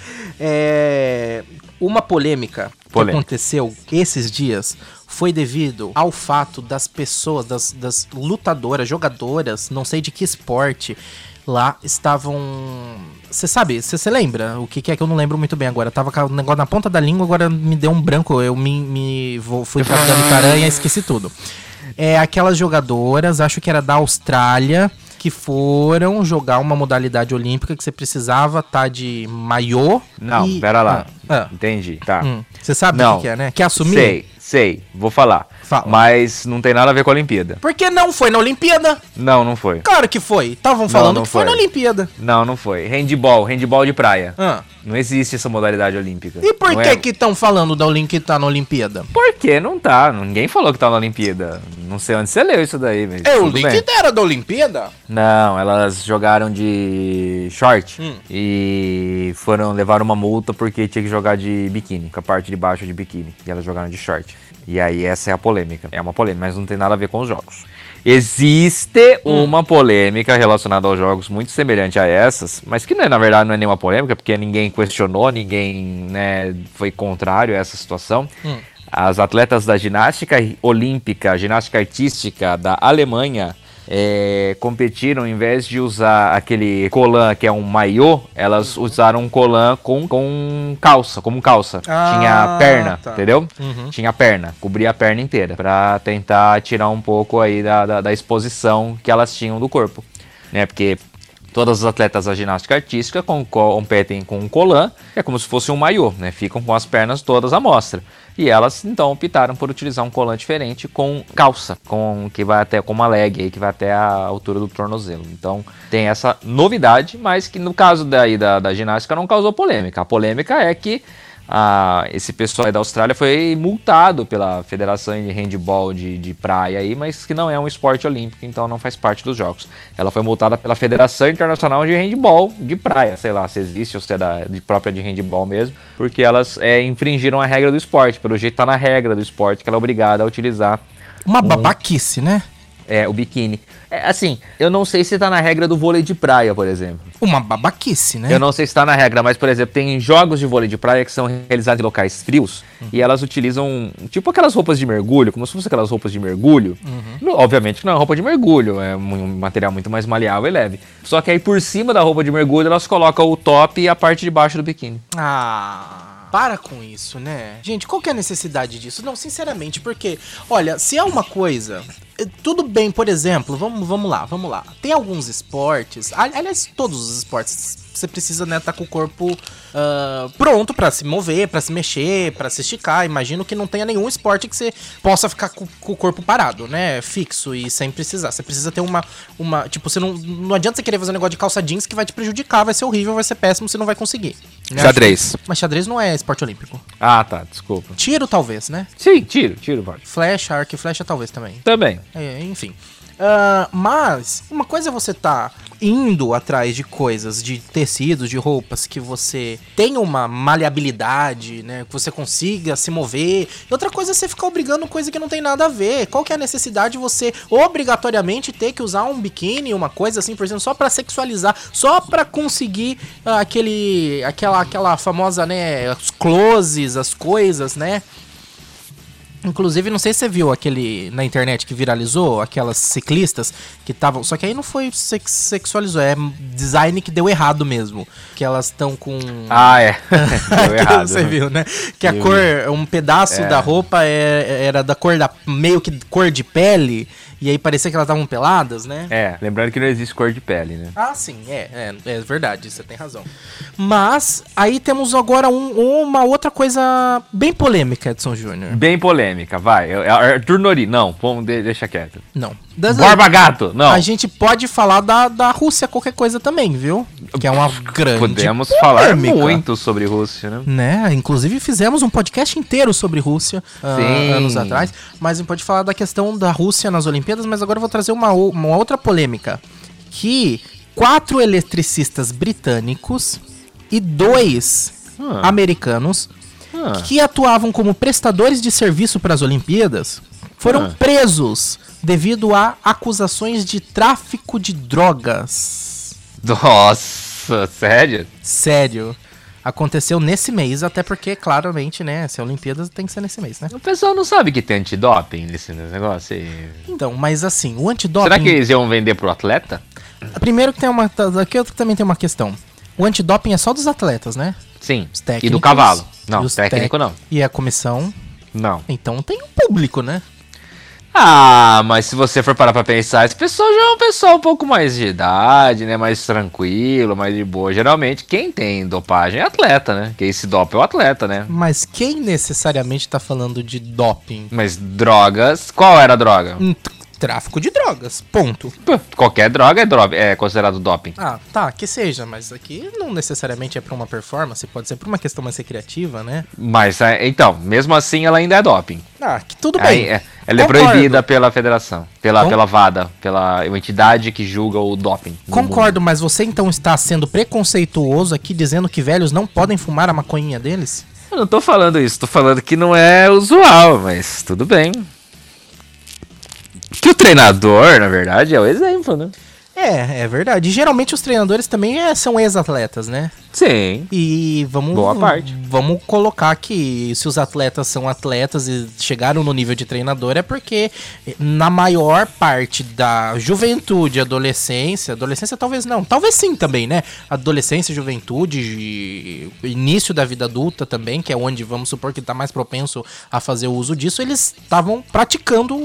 [SPEAKER 1] É. Uma polêmica,
[SPEAKER 2] Polêmica.
[SPEAKER 1] que aconteceu esses dias foi devido ao fato das pessoas, das, das lutadoras, jogadoras, não sei de que esporte, lá estavam. Você sabe, você lembra? O que, que é que eu não lembro muito bem agora? Tava com o negócio na ponta da língua, agora me deu um branco, eu me, me vou, fui pra Aranha e esqueci tudo. É, aquelas jogadoras, acho que era da Austrália, que foram jogar uma modalidade olímpica que você precisava estar de maiô.
[SPEAKER 2] Não,
[SPEAKER 1] e-
[SPEAKER 2] pera lá.
[SPEAKER 1] Ah, ah,
[SPEAKER 2] Entendi, tá.
[SPEAKER 1] hum. Você sabe o
[SPEAKER 2] Não.
[SPEAKER 1] que, que é, né? Quer assumir?
[SPEAKER 2] Sei, sei, vou falar.
[SPEAKER 1] Fala.
[SPEAKER 2] Mas não tem nada a ver com a Olimpíada.
[SPEAKER 1] Por que não foi na Olimpíada?
[SPEAKER 2] Não, não foi.
[SPEAKER 1] Claro que foi. Estavam falando
[SPEAKER 2] não
[SPEAKER 1] que foi.
[SPEAKER 2] foi.
[SPEAKER 1] na Olimpíada.
[SPEAKER 2] Não, não foi. Handball, handball de praia.
[SPEAKER 1] Ah.
[SPEAKER 2] Não existe essa modalidade olímpica.
[SPEAKER 1] E por
[SPEAKER 2] Não
[SPEAKER 1] que
[SPEAKER 2] é-
[SPEAKER 1] que estão falando da Olim que tá na Olimpíada?
[SPEAKER 2] Porque não tá. Ninguém falou que tá na Olimpíada. Não sei onde você leu isso daí, mas.
[SPEAKER 1] Eu
[SPEAKER 2] tudo
[SPEAKER 1] li
[SPEAKER 2] bem.
[SPEAKER 1] É, que era da Olimpíada.
[SPEAKER 2] Não, elas jogaram de short e foram levar uma multa porque tinha que jogar de biquíni, com a parte de baixo de biquíni. E elas jogaram de short. E aí essa é a polêmica. É uma polêmica, mas não tem nada a ver com os jogos. Existe uma polêmica relacionada aos jogos muito semelhante a essas, mas que não é, na verdade não é nenhuma polêmica, porque ninguém questionou, ninguém né, foi contrário a essa situação. As atletas da ginástica olímpica, ginástica artística da Alemanha, é, competiram, em vez de usar aquele colan que é um maiô, elas usaram um colan com, com calça, como calça.
[SPEAKER 1] Ah,
[SPEAKER 2] Tinha perna,
[SPEAKER 1] tá.
[SPEAKER 2] entendeu? Tinha perna, cobria a perna inteira, pra tentar tirar um pouco aí da, da, da exposição que elas tinham do corpo, né? Porque todas as atletas da ginástica artística com- competem com um colan, que é como se fosse um maiô, né? Ficam com as pernas todas à mostra. E elas então optaram por utilizar um colan diferente com calça, com que vai até com uma leg aí que vai até a altura do tornozelo. Então tem essa novidade, mas que no caso daí da, da ginástica não causou polêmica. A polêmica é que ah, esse pessoal aí da Austrália foi multado pela Federação de Handball de, de Praia aí, mas que não é um esporte olímpico, então não faz parte dos jogos. Ela foi multada pela Federação Internacional de Handball de Praia, sei lá se existe ou se é da, de própria de handball mesmo, porque elas é, infringiram a regra do esporte, pelo jeito tá na regra do esporte que ela é obrigada a utilizar
[SPEAKER 1] Uma
[SPEAKER 2] Uhum.
[SPEAKER 1] babaquice, né?
[SPEAKER 2] é, o biquíni. É, assim, eu não sei se tá na regra do vôlei de praia, por exemplo.
[SPEAKER 1] Uma babaquice, né?
[SPEAKER 2] Eu não sei se está na regra, mas, por exemplo, tem jogos de vôlei de praia que são realizados em locais frios e elas utilizam, tipo, aquelas roupas de mergulho, como se fosse aquelas roupas de mergulho. No- Obviamente que não é roupa de mergulho, é um um material muito mais maleável e leve. Só que aí por cima da roupa de mergulho elas colocam o top e a parte de baixo do biquíni.
[SPEAKER 1] Ah, para com isso, né? Gente, qual que é a necessidade disso? Não, sinceramente, porque, olha, se é uma coisa. eh, Tudo bem, por exemplo, vamos, vamos lá, vamos lá. Tem alguns esportes, ali- aliás, todos os esportes, você precisa, né, tá com o corpo ah, pronto pra se mover, pra se mexer, pra se esticar. Imagino que não tenha nenhum esporte que você possa ficar com, com o corpo parado, né, fixo e sem precisar. Você precisa ter uma, uma tipo, você não, não adianta você querer fazer um negócio de calça jeans que vai te prejudicar, vai ser horrível, vai ser péssimo, você não vai conseguir. né? Mas xadrez não é esporte olímpico.
[SPEAKER 2] Ah, tá, desculpa.
[SPEAKER 1] Tiro, talvez, né?
[SPEAKER 2] Sim, tiro, tiro, pode.
[SPEAKER 1] Flecha, arco e flecha, talvez também.
[SPEAKER 2] Também.
[SPEAKER 1] É, enfim. Ah, mas, uma coisa é você tá indo atrás de coisas, de tecidos, de roupas, que você tem uma maleabilidade, né? Que você consiga se mover. E outra coisa é você ficar obrigando coisa que não tem nada a ver. Qual que é a necessidade de você obrigatoriamente ter que usar um biquíni, uma coisa assim, por exemplo, só pra sexualizar, só pra conseguir ah, aquele, aquela, aquela famosa, né? Os closes, as coisas, né? Inclusive, não sei se você viu aquele na internet que viralizou, aquelas ciclistas que estavam. Só que aí não foi sex sexualizou, é design que deu errado mesmo. Que elas estão com.
[SPEAKER 2] Ah, é. Deu
[SPEAKER 1] Que
[SPEAKER 2] errado.
[SPEAKER 1] Você viu, né? Que a
[SPEAKER 2] Eu
[SPEAKER 1] cor, um pedaço da roupa é- era da cor da. meio que cor de pele, e aí parecia que elas estavam peladas, né?
[SPEAKER 2] É, lembrando que não existe cor de pele, né?
[SPEAKER 1] Ah, sim, é, é, é verdade, você tem razão. Mas aí temos agora um- uma outra coisa bem polêmica, Edson Júnior.
[SPEAKER 2] Bem polêmica, vai. Eu- Arthur Nori, não, vamos de- deixa quieto.
[SPEAKER 1] Não. Das-
[SPEAKER 2] Borba Gato, não.
[SPEAKER 1] A gente pode falar da, da Rússia qualquer coisa também, viu? Que é uma grande
[SPEAKER 2] Podemos falar
[SPEAKER 1] polêmica,
[SPEAKER 2] muito sobre Rússia, né?
[SPEAKER 1] Né? Inclusive fizemos um podcast inteiro sobre Rússia ah,
[SPEAKER 2] Sim.
[SPEAKER 1] anos atrás. Mas a gente pode falar da questão da Rússia nas Olimpíadas, mas agora eu vou trazer uma, ou- uma outra polêmica. Que quatro eletricistas britânicos e dois
[SPEAKER 2] Ah.
[SPEAKER 1] americanos
[SPEAKER 2] Ah.
[SPEAKER 1] que atuavam como prestadores de serviço para as Olimpíadas foram
[SPEAKER 2] Ah.
[SPEAKER 1] presos devido a acusações de tráfico de drogas.
[SPEAKER 2] Nossa, sério?
[SPEAKER 1] Sério. Aconteceu nesse mês, até porque, claramente, né? Se é Olimpíadas, tem que ser nesse mês, né?
[SPEAKER 2] O pessoal não sabe que tem antidoping nesse negócio aí.
[SPEAKER 1] Então, mas assim, o antidoping...
[SPEAKER 2] Será que é eles iam vender pro atleta?
[SPEAKER 1] Primeiro que tem uma... tá- Aqui eu também tem uma questão. O antidoping é só dos atletas, né?
[SPEAKER 2] Sim.
[SPEAKER 1] Os técnicos.
[SPEAKER 2] E do cavalo? Não,
[SPEAKER 1] E os
[SPEAKER 2] técnico
[SPEAKER 1] tec-
[SPEAKER 2] não.
[SPEAKER 1] E a comissão.
[SPEAKER 2] Não.
[SPEAKER 1] Então tem um público, né?
[SPEAKER 2] Ah, mas se você for parar pra pensar, esse pessoal já é um pessoal um pouco mais de idade, né? Mais tranquilo, mais de boa. Geralmente, quem tem dopagem é atleta, né? Quem se dopa é o atleta, né?
[SPEAKER 1] Mas quem necessariamente tá falando de doping?
[SPEAKER 2] Mas drogas. Qual era a droga?
[SPEAKER 1] Hum, tr- Tráfico de drogas, ponto.
[SPEAKER 2] Pô, Qualquer droga é, dro- é considerado doping.
[SPEAKER 1] Ah, tá, que seja, mas aqui não necessariamente é pra uma performance, pode ser pra uma questão mais recreativa, né?
[SPEAKER 2] Mas, é, então, mesmo assim, ela ainda é doping.
[SPEAKER 1] Ah, que tudo
[SPEAKER 2] Aí,
[SPEAKER 1] bem.
[SPEAKER 2] é- ela é
[SPEAKER 1] Concordo.
[SPEAKER 2] proibida pela federação, pela,
[SPEAKER 1] Con-
[SPEAKER 2] pela VADA, pela entidade que julga o doping. no
[SPEAKER 1] Concordo, mas você então está sendo preconceituoso aqui dizendo que velhos não podem fumar a maconhinha deles?
[SPEAKER 2] mundo. Eu não tô falando isso, tô falando que não é usual, mas tudo bem. Que o treinador, na verdade, é o exemplo, né?
[SPEAKER 1] É, é verdade. E geralmente os treinadores também é- são ex-atletas, né?
[SPEAKER 2] Sim.
[SPEAKER 1] E vamos.
[SPEAKER 2] Boa parte.
[SPEAKER 1] Vamos colocar que se os atletas são atletas e chegaram no nível de treinador é porque na maior parte da juventude, adolescência, adolescência talvez não, talvez sim também, né? Adolescência, juventude, e início da vida adulta também, que é onde vamos supor que tá mais propenso a fazer o uso disso, eles estavam praticando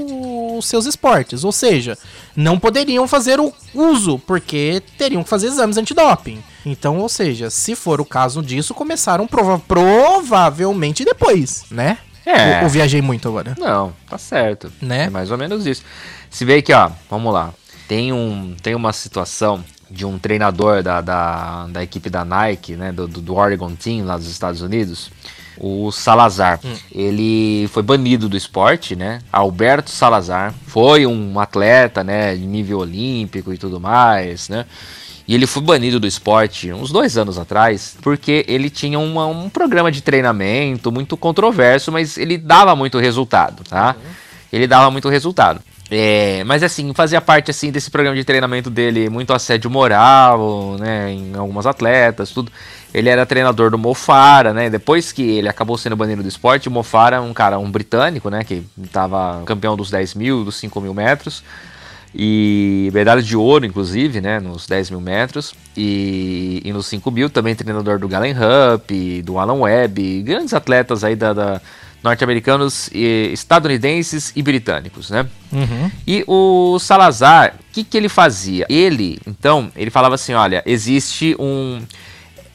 [SPEAKER 1] os seus esportes, ou seja, não poderiam fazer o uso porque teriam que fazer exames antidoping. Então, ou seja, se for o caso disso, começaram prova- provavelmente depois, né?
[SPEAKER 2] É.
[SPEAKER 1] Eu, eu viajei muito agora.
[SPEAKER 2] Não, tá certo.
[SPEAKER 1] Né?
[SPEAKER 2] É mais ou menos isso. Se vê que, ó, vamos lá. Tem, um, tem uma situação de um treinador da, da, da equipe da Nike, né? Do, do- do Oregon Team lá dos Estados Unidos. O Salazar. Ele foi banido do esporte, né? Alberto Salazar. Foi um atleta, né? De nível olímpico e tudo mais, né? E ele foi banido do esporte uns dois anos atrás, porque ele tinha uma- um programa de treinamento muito controverso, mas ele dava muito resultado, tá? Ele dava muito resultado. É, mas assim, fazia parte assim desse programa de treinamento dele, muito assédio moral, né, em algumas atletas, tudo. Ele era treinador do Mofara, né? Depois que ele acabou sendo banido do esporte, o Mofara é um cara, um britânico, né, que tava campeão dos 10 mil, dos 5 mil metros e medalha de ouro, inclusive, né, nos 10 mil metros, e, e nos 5 mil também treinador do Galen Rupp, do Alan Webb, grandes atletas aí da, da- norte-americanos, e estadunidenses e britânicos, né? E o Salazar, o que, que ele fazia? Ele, então, ele falava assim, olha, existe um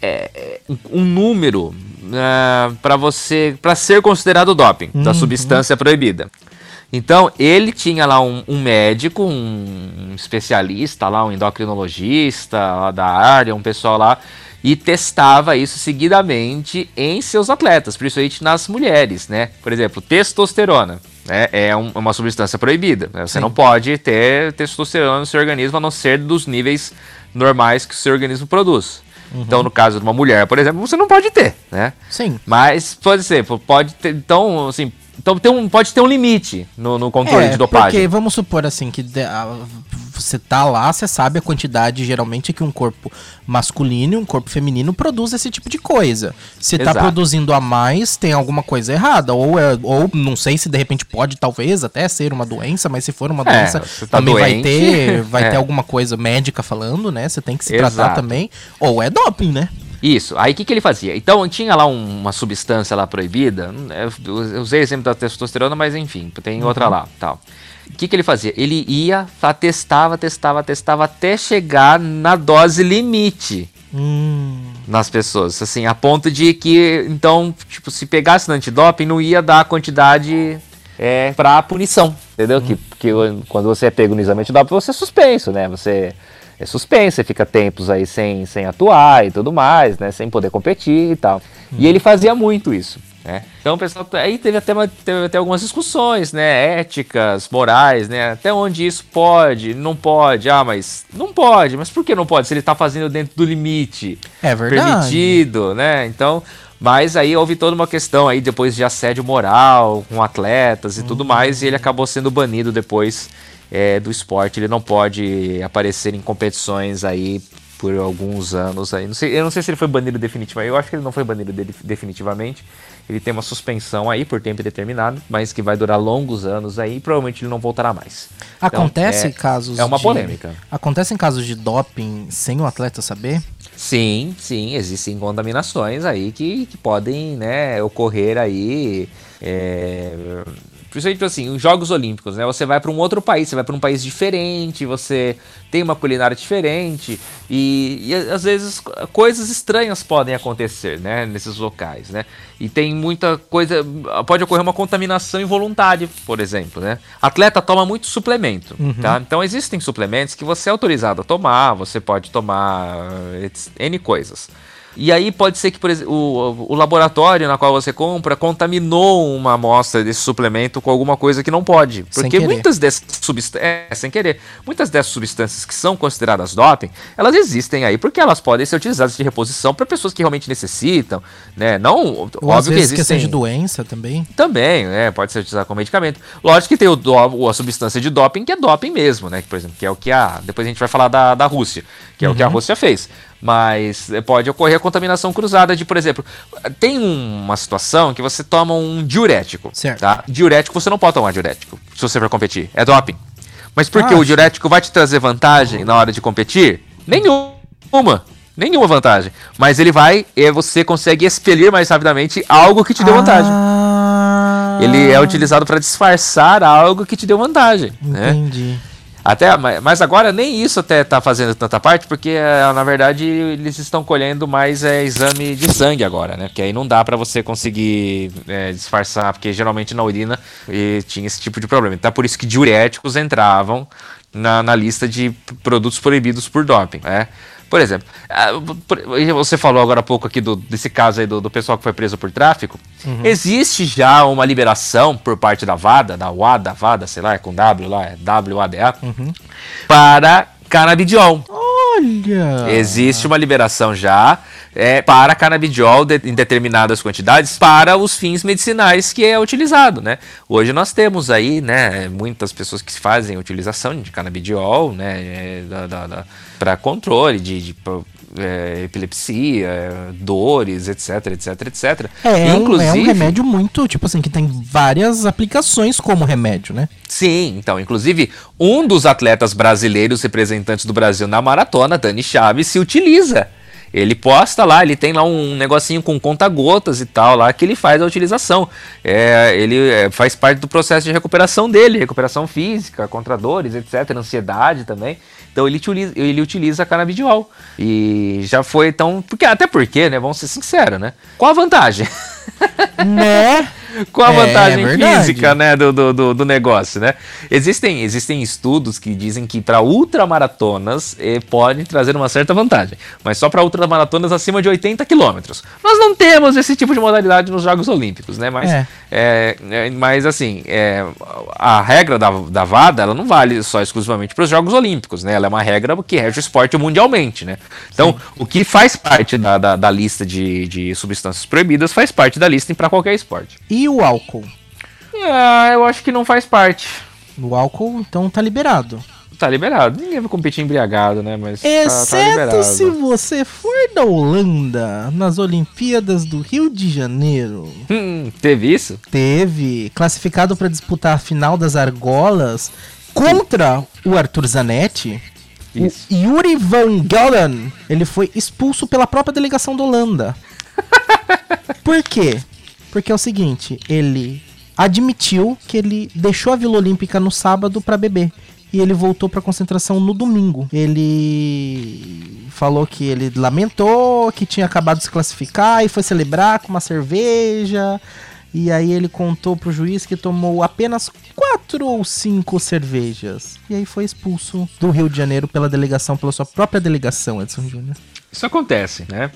[SPEAKER 2] é, é, um- um número para você para ser considerado doping da substância proibida. Então ele tinha lá um, um médico, um, um especialista lá, um endocrinologista lá da área, um pessoal lá e testava isso seguidamente em seus atletas, principalmente nas mulheres, né? Por exemplo, testosterona. né? É um- é uma substância proibida. né? Você não pode ter testosterona no seu organismo a não ser dos níveis normais que o seu organismo produz. Então, no caso de uma mulher, por exemplo, você não pode ter, né?
[SPEAKER 1] Sim.
[SPEAKER 2] Mas, por exemplo, pode ter. Então, assim. Então tem um, pode ter um limite no, no controle um de dopagem.
[SPEAKER 1] É, porque vamos supor assim que de- a- você tá lá, você sabe a quantidade geralmente que um corpo masculino e um corpo feminino produz esse tipo de coisa. Se tá
[SPEAKER 2] Exato.
[SPEAKER 1] produzindo a mais, tem alguma coisa errada ou é- ou não sei se de repente pode talvez até ser uma doença, mas se for uma
[SPEAKER 2] É,
[SPEAKER 1] doença,
[SPEAKER 2] você tá
[SPEAKER 1] também vai
[SPEAKER 2] doente.
[SPEAKER 1] ter vai
[SPEAKER 2] É.
[SPEAKER 1] ter alguma coisa médica falando, né? Você tem que se tratar
[SPEAKER 2] Exato.
[SPEAKER 1] também ou é doping, né?
[SPEAKER 2] Isso. Aí o que, que ele fazia? Então tinha lá um- uma substância lá proibida. hum, é, Eu usei o exemplo da testosterona, mas enfim, tem outra lá, tal. O que, que ele fazia? Ele ia, tá, testava, testava, testava até chegar na dose limite.
[SPEAKER 1] Hum,
[SPEAKER 2] nas pessoas, assim, a ponto de que, então, tipo, se pegasse no antidoping, não ia dar a quantidade é, pra punição, entendeu? Que, que o- quando você é pego no exame antidoping, você é suspenso, né? Você é suspenso, você fica tempos aí sem, sem atuar e tudo mais, né? Sem poder competir e tal. E ele fazia muito isso. né? Então, o pessoal, aí teve até, uma- teve até algumas discussões, né? Éticas, morais, né? Até onde isso pode, não pode. Ah, mas não pode. Mas por que não pode? Se ele tá fazendo dentro do limite
[SPEAKER 1] é verdade.
[SPEAKER 2] permitido, né? Então, mas aí houve toda uma questão aí depois de assédio moral com atletas e tudo
[SPEAKER 1] Hum.
[SPEAKER 2] mais, e ele acabou sendo banido depois é, do esporte. Ele não pode aparecer em competições aí por alguns anos aí. Não sei, eu não sei se ele foi banido definitivamente. Eu acho que ele não foi banido de- definitivamente. Ele tem uma suspensão aí por tempo determinado, mas que vai durar longos anos aí. E provavelmente ele não voltará mais. Então,
[SPEAKER 1] Acontece
[SPEAKER 2] é-
[SPEAKER 1] casos
[SPEAKER 2] É uma
[SPEAKER 1] de-
[SPEAKER 2] polêmica.
[SPEAKER 1] Acontecem casos de doping sem o atleta saber?
[SPEAKER 2] Sim, sim, existem contaminações aí que, que podem né, ocorrer aí. É, principalmente assim, os Jogos Olímpicos, né? Você vai para um outro país, você vai para um país diferente, você tem uma culinária diferente e, e às vezes co- coisas estranhas podem acontecer, né? Nesses locais, né? E tem muita coisa, pode ocorrer uma contaminação involuntária, por exemplo, né? Atleta toma muito suplemento,
[SPEAKER 1] Uhum.
[SPEAKER 2] tá? Então existem suplementos que você é autorizado a tomar, você pode tomar eh, ets- N coisas. E aí pode ser que por exemplo, o, o laboratório na qual você compra contaminou uma amostra desse suplemento com alguma coisa que não pode.
[SPEAKER 1] Sem
[SPEAKER 2] Porque
[SPEAKER 1] querer.
[SPEAKER 2] muitas dessas substâncias. É, sem querer. Muitas dessas substâncias que são consideradas doping, elas existem aí porque elas podem ser utilizadas de reposição para pessoas que realmente necessitam, né? Não,
[SPEAKER 1] Ou às
[SPEAKER 2] óbvio que
[SPEAKER 1] vezes
[SPEAKER 2] existem.
[SPEAKER 1] questão de doença também.
[SPEAKER 2] Também, né? Pode ser utilizado como medicamento. Lógico que tem o do, a substância de doping, que é doping mesmo, né? Que, por exemplo, que é o que a. Depois a gente vai falar da, da Rússia, que é o que
[SPEAKER 1] Uhum.
[SPEAKER 2] a Rússia fez. Mas eh, pode ocorrer a contaminação cruzada de, por exemplo, tem um- uma situação que você toma um diurético.
[SPEAKER 1] Certo.
[SPEAKER 2] Tá? Diurético, você não pode tomar diurético se você for competir. É doping. Mas por que
[SPEAKER 1] Ah,
[SPEAKER 2] o diurético vai te trazer vantagem na hora de competir? Nenhuma. Nenhuma vantagem. Mas ele vai, e você consegue expelir mais rapidamente algo que te deu vantagem.
[SPEAKER 1] Ah,
[SPEAKER 2] Ele é utilizado para disfarçar algo que te deu vantagem, né?
[SPEAKER 1] Entendi.
[SPEAKER 2] Até, ma- mas agora nem isso até tá fazendo tanta parte, porque eh, na verdade eles estão colhendo mais eh, exame de sangue agora, né? Porque aí não dá para você conseguir eh, disfarçar, porque geralmente na urina eh, tinha esse tipo de problema. Então por isso que diuréticos entravam na, na lista de p- produtos proibidos por doping, né? Por exemplo, ah, por- você falou agora há pouco aqui do- desse caso aí do, do pessoal que foi preso por tráfico. Existe já uma liberação por parte da VADA, da WADA, VADA, sei lá, é com W lá, é WADA, para canabidiol.
[SPEAKER 1] Olha!
[SPEAKER 2] Existe uma liberação já é, para canabidiol de- em determinadas quantidades para os fins medicinais que é utilizado, né? Hoje nós temos aí, né, muitas pessoas que fazem utilização de canabidiol, né, para controle de, de, pro- é, epilepsia, é, dores, etc, etc, etc.
[SPEAKER 1] É, um, é um remédio muito, tipo assim, que tem várias aplicações como remédio, né?
[SPEAKER 2] Sim, então, inclusive, um dos atletas brasileiros representantes do Brasil na maratona, Dani Chaves, se utiliza. Ele posta lá, ele tem lá um negocinho com conta-gotas e tal lá que ele faz a utilização. É, ele é, faz parte do processo de recuperação dele, recuperação física, contra dores, etc, ansiedade também. Então ele utiliza, ele utiliza canabidiol. E já foi então, porque até porque, né, vamos ser sinceros, né? Qual a vantagem?
[SPEAKER 1] né?
[SPEAKER 2] Qual a
[SPEAKER 1] É,
[SPEAKER 2] vantagem
[SPEAKER 1] verdade.
[SPEAKER 2] física, né, do, do, do, do negócio, né? Existem, existem estudos que dizem que para ultramaratonas eh, pode trazer uma certa vantagem, mas só para ultramaratonas acima de 80 quilômetros. Nós não temos esse tipo de modalidade nos Jogos Olímpicos, né? Mas,
[SPEAKER 1] É.
[SPEAKER 2] é, é, mas assim, é, a regra da, da VADA, ela não vale só exclusivamente para os Jogos Olímpicos, né? Ela é uma regra que rege o esporte mundialmente, né? Então, o que faz parte da, da, da lista de, de substâncias proibidas faz parte da lista para qualquer esporte.
[SPEAKER 1] E o álcool?
[SPEAKER 2] Ah, eu acho que não faz parte.
[SPEAKER 1] O álcool, então, tá liberado.
[SPEAKER 2] Tá liberado. Ninguém vai competir embriagado, né? Mas tá- tá,
[SPEAKER 1] Exceto
[SPEAKER 2] liberado.
[SPEAKER 1] se você for da Holanda, nas Olimpíadas do Rio de Janeiro.
[SPEAKER 2] Hum, teve isso?
[SPEAKER 1] Teve classificado pra disputar a final das argolas contra o Arthur Zanetti.
[SPEAKER 2] Isso.
[SPEAKER 1] O Yuri Van Gallen, ele foi expulso pela própria delegação da Holanda. Por quê? Porque é o seguinte, ele admitiu que ele deixou a Vila Olímpica no sábado pra beber e ele voltou pra concentração no domingo. Ele falou que ele lamentou, que tinha acabado de se classificar e foi celebrar com uma cerveja. E aí ele contou pro juiz que tomou apenas quatro ou cinco cervejas. E aí foi expulso do Rio de Janeiro pela delegação, pela sua própria delegação, Edson Júnior.
[SPEAKER 2] Isso acontece, né?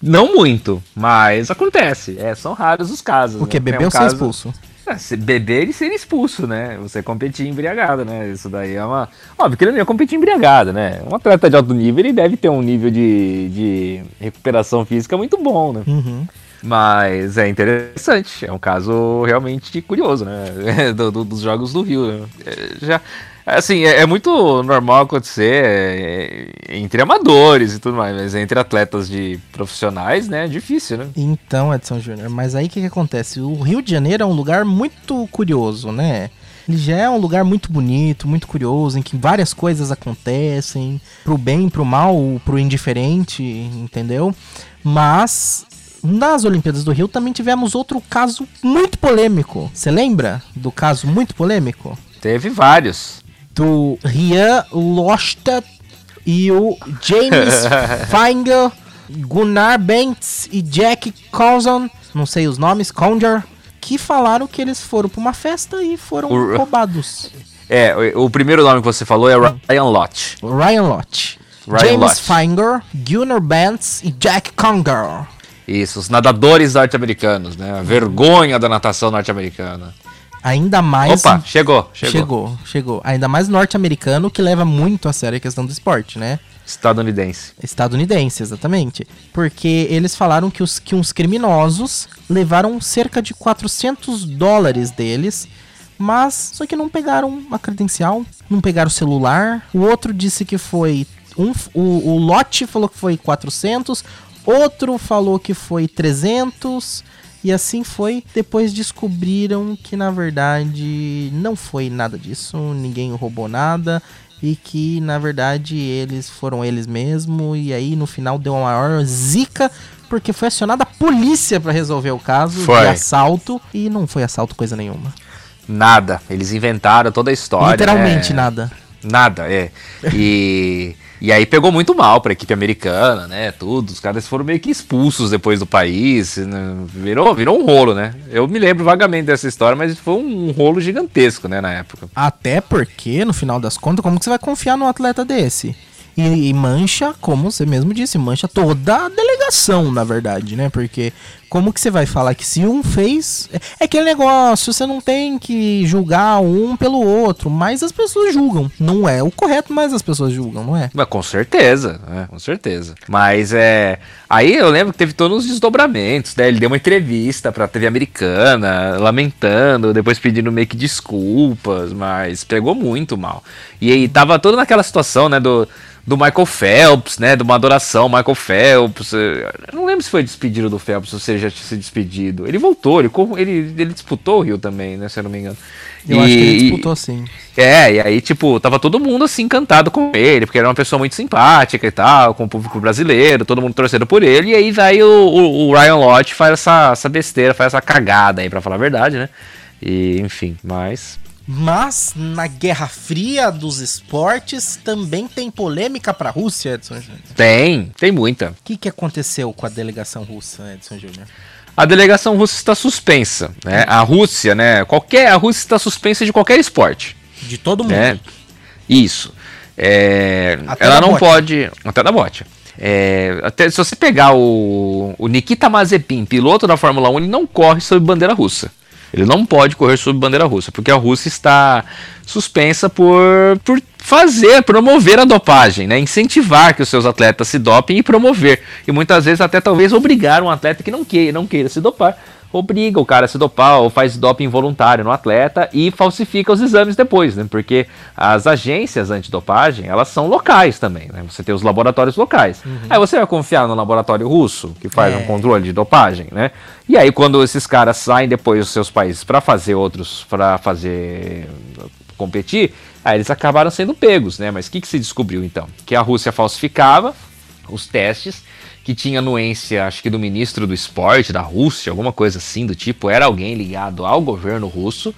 [SPEAKER 2] Não muito, mas acontece. É, são raros os casos.
[SPEAKER 1] Porque
[SPEAKER 2] né? Tem
[SPEAKER 1] bebeu ou
[SPEAKER 2] um
[SPEAKER 1] ser
[SPEAKER 2] caso-
[SPEAKER 1] expulso?
[SPEAKER 2] É, se beber e ser expulso, né? Você competir embriagado, né? Isso daí é uma. Óbvio que ele não ia competir embriagado, né? Um atleta de alto nível, ele deve ter um nível de, de recuperação física muito bom, né?
[SPEAKER 1] Uhum.
[SPEAKER 2] Mas é interessante, é um caso realmente curioso, né? Do- do- dos jogos do Rio. né? É, já, assim, é, é muito normal acontecer é, é, entre amadores e tudo mais, mas entre atletas de profissionais, né? É difícil, né?
[SPEAKER 1] Então, Edson Júnior, mas aí o que, que acontece? O Rio de Janeiro é um lugar muito curioso, né? Ele já é um lugar muito bonito, muito curioso, em que várias coisas acontecem, pro bem, pro mal, pro indiferente, entendeu? Mas nas Olimpíadas do Rio também tivemos outro caso muito polêmico. Você lembra do caso muito polêmico?
[SPEAKER 2] Teve vários.
[SPEAKER 1] do Rian Lostad e o James Feinger, Gunnar Bentz e Jack Coulson, não sei os nomes, Conger, que falaram que eles foram pra uma festa e foram
[SPEAKER 2] O-
[SPEAKER 1] roubados.
[SPEAKER 2] É, o, o primeiro nome que você falou é Ryan Lott.
[SPEAKER 1] O Ryan Lott.
[SPEAKER 2] Ryan
[SPEAKER 1] James
[SPEAKER 2] Lott.
[SPEAKER 1] Finger, Gunnar Bentz e Jack Conger.
[SPEAKER 2] Isso, os nadadores norte-americanos, né? A vergonha da natação norte-americana.
[SPEAKER 1] Ainda mais.
[SPEAKER 2] Opa, chegou, chegou.
[SPEAKER 1] Chegou, chegou. Ainda mais norte-americano, que leva muito a sério a questão do esporte, né?
[SPEAKER 2] Estadunidense.
[SPEAKER 1] Estadunidense, exatamente. Porque eles falaram que, os, que uns criminosos levaram cerca de 400 dólares deles, mas só que não pegaram a credencial, não pegaram o celular. O outro disse que foi. Um, f- o, o lote falou que foi 400, outro falou que foi 300. E assim foi. Depois descobriram que na verdade não foi nada disso, ninguém roubou nada e que na verdade eles foram eles mesmo e aí no final deu uma maior zica porque foi acionada a polícia pra resolver o caso de
[SPEAKER 2] Foi.
[SPEAKER 1] assalto e não foi assalto coisa nenhuma.
[SPEAKER 2] Nada. Eles inventaram toda a história.
[SPEAKER 1] Literalmente
[SPEAKER 2] né?
[SPEAKER 1] nada.
[SPEAKER 2] Nada, é. E, e aí pegou muito mal pra equipe americana, né? Tudo. Os caras foram meio que expulsos depois do país. né? Virou, virou um rolo, né? Eu me lembro vagamente dessa história, mas foi um rolo gigantesco, né, na época.
[SPEAKER 1] Até porque no final das contas como que você vai confiar num atleta desse? E, e mancha, como você mesmo disse, mancha toda a delegação, na verdade, né? Porque como que você vai falar que se um fez. É aquele negócio, você não tem que julgar um pelo outro, mas as pessoas julgam. Não é o correto, mas as pessoas julgam, não é?
[SPEAKER 2] Mas com certeza, né? Com certeza. Mas é. Aí eu lembro que teve todos os desdobramentos, né? Ele deu uma entrevista pra TV americana, lamentando, depois pedindo meio que desculpas, mas pegou muito mal. E aí tava toda naquela situação, né? Do, do Michael Phelps, né? De uma adoração, Michael Phelps. eh, Eu não lembro se foi despedido do Phelps ou se ele já tinha se despedido. Ele voltou, ele, co- ele, ele disputou o Rio também, né? Se eu não me engano.
[SPEAKER 1] Eu acho que ele
[SPEAKER 2] E-
[SPEAKER 1] disputou assim. sim.
[SPEAKER 2] é, e aí, tipo, tava todo mundo assim encantado com ele, porque ele era uma pessoa muito simpática e tal, com o público brasileiro, todo mundo torcendo por ele, e aí vai o, o- o Ryan Lott faz essa, essa besteira, faz essa cagada aí, pra falar a verdade, né? E, enfim, mas.
[SPEAKER 1] Mas na Guerra Fria dos esportes também tem polêmica pra Rússia, Edson Júnior.
[SPEAKER 2] Tem, tem muita.
[SPEAKER 1] O que, que aconteceu com a delegação russa, Edson Júnior?
[SPEAKER 2] A delegação russa está suspensa, né? A Rússia, né? Qualquer, a Rússia está suspensa de qualquer esporte,
[SPEAKER 1] De todo mundo.
[SPEAKER 2] né? Isso. É,
[SPEAKER 1] Até da
[SPEAKER 2] ela não
[SPEAKER 1] bote.
[SPEAKER 2] pode. Até da bote. É, até, se você pegar o, o Nikita Mazepin, piloto da Fórmula 1, ele não corre sob bandeira russa. Ele não pode correr sob bandeira russa, porque a Rússia está suspensa por, por fazer, promover a dopagem, né? incentivar que os seus atletas se dopem e promover. E muitas vezes até talvez obrigar um atleta que não queira, não queira se dopar, obriga o cara a se dopar ou faz doping involuntário no atleta e falsifica os exames depois, né? Porque as agências antidopagem, elas são locais também, né? Você tem os laboratórios locais. Aí você vai confiar no laboratório russo, que faz
[SPEAKER 1] É.
[SPEAKER 2] um controle de dopagem, né? E aí quando esses caras saem depois dos seus países para fazer outros, para fazer competir, aí eles acabaram sendo pegos, né? Mas o que, que se descobriu então? Que a Rússia falsificava os testes, que tinha anuência, acho que do ministro do esporte da Rússia, alguma coisa assim do tipo, era alguém ligado ao governo russo.